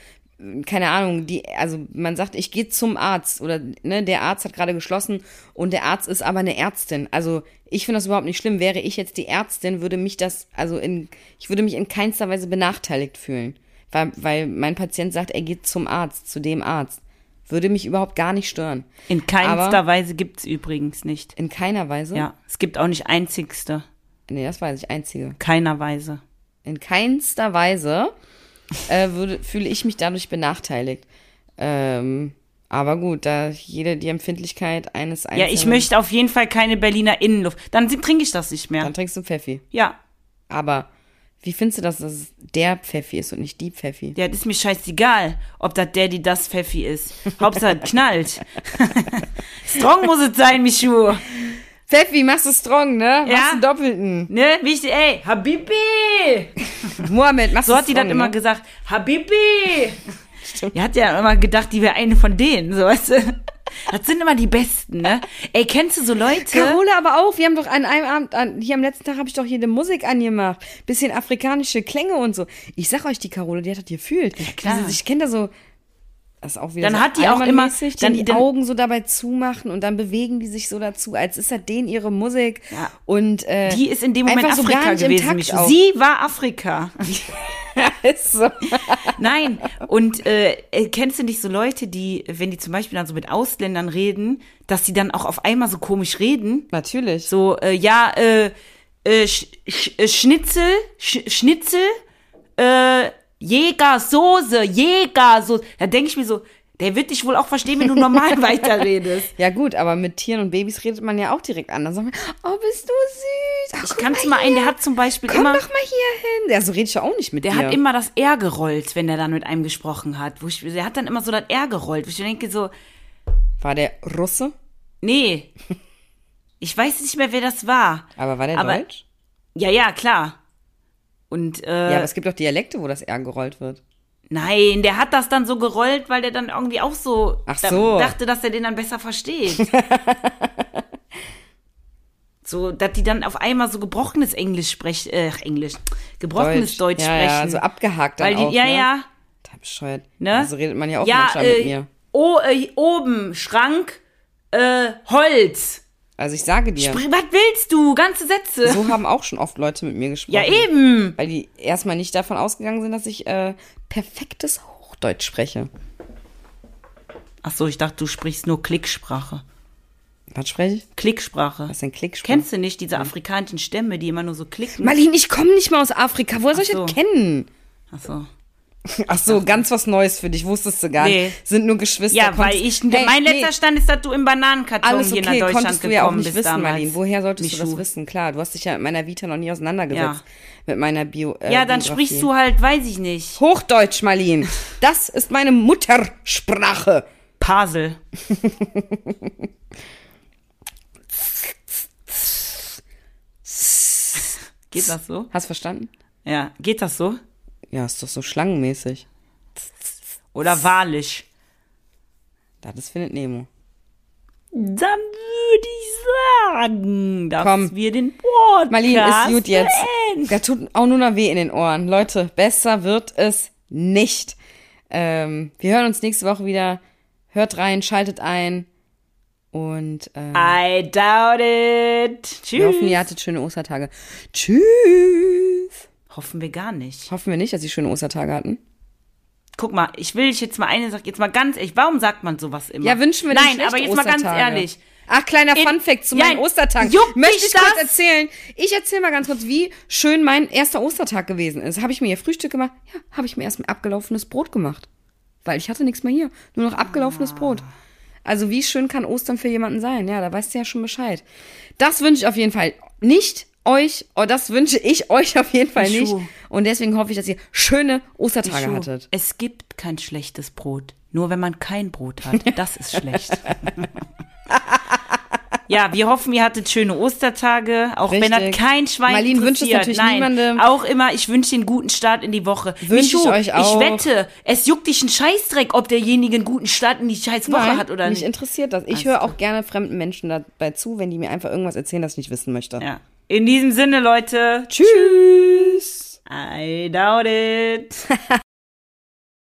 S3: keine Ahnung, die also man sagt, ich gehe zum Arzt oder ne, der Arzt hat gerade geschlossen und der Arzt ist aber eine Ärztin. Also, ich finde das überhaupt nicht schlimm. Wäre ich jetzt die Ärztin, würde mich das also in ich würde mich in keinster Weise benachteiligt fühlen, weil weil mein Patient sagt, er geht zum Arzt, zu dem Arzt. Würde mich überhaupt gar nicht stören.
S2: In keinster
S3: Aber
S2: Weise gibt's übrigens nicht.
S3: in keiner Weise?
S2: Ja, es gibt auch nicht einzigste.
S3: Nee, das weiß ich einzige.
S2: Keiner Weise.
S3: In keinster Weise äh, würde, fühle ich mich dadurch benachteiligt. Ähm, aber gut, da jede die Empfindlichkeit eines
S2: Ja,
S3: Einzelnen.
S2: ich möchte auf jeden Fall keine Berliner Innenluft. Dann si- trinke ich das nicht mehr.
S3: Dann trinkst du Pfeffi.
S2: Ja,
S3: Aber wie findest du das, dass es der Pfeffi ist und nicht die Pfeffi?
S2: ja, das ist mir scheißegal, ob das der, die das Pfeffi ist. Hauptsache es
S3: (laughs)
S2: knallt. Strong muss es sein, Michu.
S3: Pfeffi, machst du strong, ne?
S2: Ja.
S3: Machst du Doppelten.
S2: Ne, wichtig, ey, Habibi!
S3: Mohammed, machst
S2: So
S3: du
S2: hat die
S3: strong,
S2: dann immer
S3: ne?
S2: gesagt, Habibi! Die hat ja immer gedacht, die wäre eine von denen, so weißt du. Das sind immer die Besten, ne? Ey, kennst du so Leute?
S3: Carole, aber auch, wir haben doch an einem Abend, an, hier am letzten Tag habe ich doch hier die Musik angemacht. Bisschen afrikanische Klänge und so. Ich sag euch, die Carole, die hat das gefühlt. Ja,
S2: klar.
S3: Ich kenne da so, das ist auch wieder
S2: Dann
S3: so
S2: hat die auch immer-
S3: allmannmäßig,
S2: dann-
S3: die, die
S2: dann-
S3: Augen so dabei zumachen und dann bewegen die sich so dazu, als ist das denen ihre Musik.
S2: Ja.
S3: Und, äh,
S2: Die ist in dem Moment
S3: einfach so gar
S2: Afrika
S3: nicht im
S2: gewesen,
S3: Takt
S2: Michu.
S3: (laughs) auch.
S2: Sie war Afrika.
S3: ist so.
S2: Nein, und äh, äh, kennst du nicht so Leute, die, wenn die zum Beispiel dann so mit Ausländern reden, dass die dann auch auf einmal so komisch reden?
S3: Natürlich.
S2: So, äh, ja, äh, äh, Sch Sch äh, Schnitzel, Sch Schnitzel, äh, Jägersoße, Jägersoße. Da denke ich mir so, der wird dich wohl auch verstehen, wenn du
S3: (laughs)
S2: normal weiterredest.
S3: Ja gut, aber mit Tieren und Babys redet man ja auch direkt an. Dann sagt man, oh, bist du süß. Ach, guck
S2: Kannst du mal einen, der hat zum Beispiel
S3: Komm
S2: immer,
S3: doch mal hier hin. Ja, so rede ich ja auch nicht mit
S2: der
S3: dir.
S2: hat immer das R gerollt, wenn der dann mit einem gesprochen hat. Wo ich, der hat dann immer so das R gerollt. Wo ich denke so,
S3: War der Russe? (laughs)
S2: Nee. Ich weiß nicht mehr, wer das war.
S3: Aber war der
S2: Aber-
S3: Deutsch?
S2: Ja, ja, klar. Und äh,
S3: Ja, aber es gibt doch Dialekte, wo das R gerollt wird.
S2: nein, der hat das dann so gerollt, weil der dann irgendwie auch so,
S3: Ach
S2: da-
S3: so.
S2: dachte, dass er den dann besser versteht.
S3: (laughs)
S2: so, dass die dann auf einmal so gebrochenes Englisch sprechen, äh, Englisch, gebrochenes Deutsch,
S3: ja,
S2: sprechen.
S3: Ja, so abgehakt dann
S2: weil die,
S3: auch.
S2: ja,
S3: ne?
S2: ja,
S3: Da bescheuert.
S2: ne?
S3: Also redet man ja auch
S2: ja,
S3: manchmal
S2: äh,
S3: mit mir.
S2: Oh, äh, oben, Schrank, äh, Holz.
S3: Also ich sage dir,
S2: Br- Was willst du? Ganze Sätze.
S3: so haben auch schon oft Leute mit mir gesprochen.
S2: ja, eben.
S3: Weil die erstmal nicht davon ausgegangen sind, dass ich äh, perfektes Hochdeutsch spreche.
S2: Ach so, ich dachte, du sprichst nur Klicksprache.
S3: Was spreche ich?
S2: Klicksprache.
S3: Was ist denn Klicksprache?
S2: Kennst du nicht diese afrikanischen Stämme, die immer nur so klicken?
S3: Marlene, ich komme nicht mal aus Afrika. Woher soll ich
S2: Ach
S3: das
S2: so.
S3: kennen?
S2: Ach so.
S3: Ach so, ganz was Neues für dich. Wusstest du gar
S2: Nee.
S3: nicht. Sind nur Geschwister.
S2: Ja,
S3: Konntest-
S2: weil ich
S3: Hey,
S2: mein letzter
S3: nee.
S2: Stand ist, dass du im Bananenkarton
S3: alles
S2: hier nach
S3: okay,
S2: Deutschland
S3: konntest du
S2: gekommen
S3: ja auch nicht
S2: bist
S3: wissen,
S2: damals.
S3: Marlene. Woher solltest du das
S2: Michu.
S3: wissen? Klar, du hast dich ja mit meiner Vita noch nie auseinandergesetzt.
S2: Ja.
S3: Mit meiner Bio. Äh,
S2: Ja, dann
S3: Biografie.
S2: sprichst du halt, weiß ich nicht.
S3: Hochdeutsch, Marlene. Das ist meine Muttersprache.
S2: Pasel. Geht das so?
S3: Hast verstanden?
S2: Ja, geht das so?
S3: Ja, ist doch so schlangenmäßig.
S2: Oder wahrlich?
S3: Ja, Das findet Nemo.
S2: Dann würde ich sagen, dass
S3: Komm.
S2: wir den Podcast
S3: Marlene ist gut jetzt.
S2: beenden.
S3: Da tut auch nur noch weh in den Ohren. Leute, besser wird es nicht. Ähm, wir hören uns nächste Woche wieder. Hört rein, schaltet ein. Und äh,
S2: I doubt it. Tschüss.
S3: wir hoffen, ihr hattet schöne Ostertage. Tschüss.
S2: Hoffen wir gar nicht.
S3: Hoffen wir nicht, dass sie schöne Ostertage hatten.
S2: Guck mal, ich will dich jetzt mal eine Sache, jetzt mal ganz ehrlich, warum sagt man sowas immer?
S3: Ja, wünschen wir dir
S2: Nein,
S3: schlechte
S2: aber jetzt mal ganz
S3: Ostertage.
S2: ehrlich.
S3: Ach, kleiner
S2: In-
S3: Funfact zu
S2: Ja,
S3: meinen Ostertagen.
S2: juckt
S3: Möchte
S2: dich
S3: ich kurz
S2: das?
S3: erzählen. Ich erzähle mal ganz kurz, wie schön mein erster Ostertag gewesen ist. Habe ich mir hier Frühstück gemacht? Ja, habe ich mir erst ein abgelaufenes Brot gemacht. Weil ich hatte nichts mehr hier. Nur noch abgelaufenes
S2: Ah.
S3: Brot. Also wie schön kann Ostern für jemanden sein? Ja, da weißt du ja schon Bescheid. Das wünsche ich auf jeden Fall nicht euch. Oh, das wünsche ich euch auf jeden Fall nicht.
S2: Schuh.
S3: Und deswegen hoffe ich, dass ihr schöne Ostertage
S2: Schuh,
S3: hattet.
S2: Es gibt kein schlechtes Brot. Nur wenn man kein Brot hat, das ist
S3: (laughs)
S2: schlecht. ja, wir hoffen, ihr hattet schöne Ostertage, auch wenn das
S3: Richtig.
S2: kein Schwein
S3: Marlene wünscht es
S2: interessiert.
S3: natürlich
S2: Nein,
S3: niemandem.
S2: auch immer, ich wünsche einen guten Start in die Woche.
S3: Wünsch
S2: Michu,
S3: ich euch auch.
S2: Ich wette, es juckt dich einen Scheißdreck, ob derjenige einen guten Start in die scheiß Woche
S3: Nein,
S2: hat oder
S3: mich
S2: nicht.
S3: interessiert das. Ich höre auch gerne fremden Menschen dabei zu, wenn die mir einfach irgendwas erzählen, das ich nicht wissen möchte.
S2: Ja. In diesem Sinne, Leute,
S3: Tschüss.
S2: I doubt it.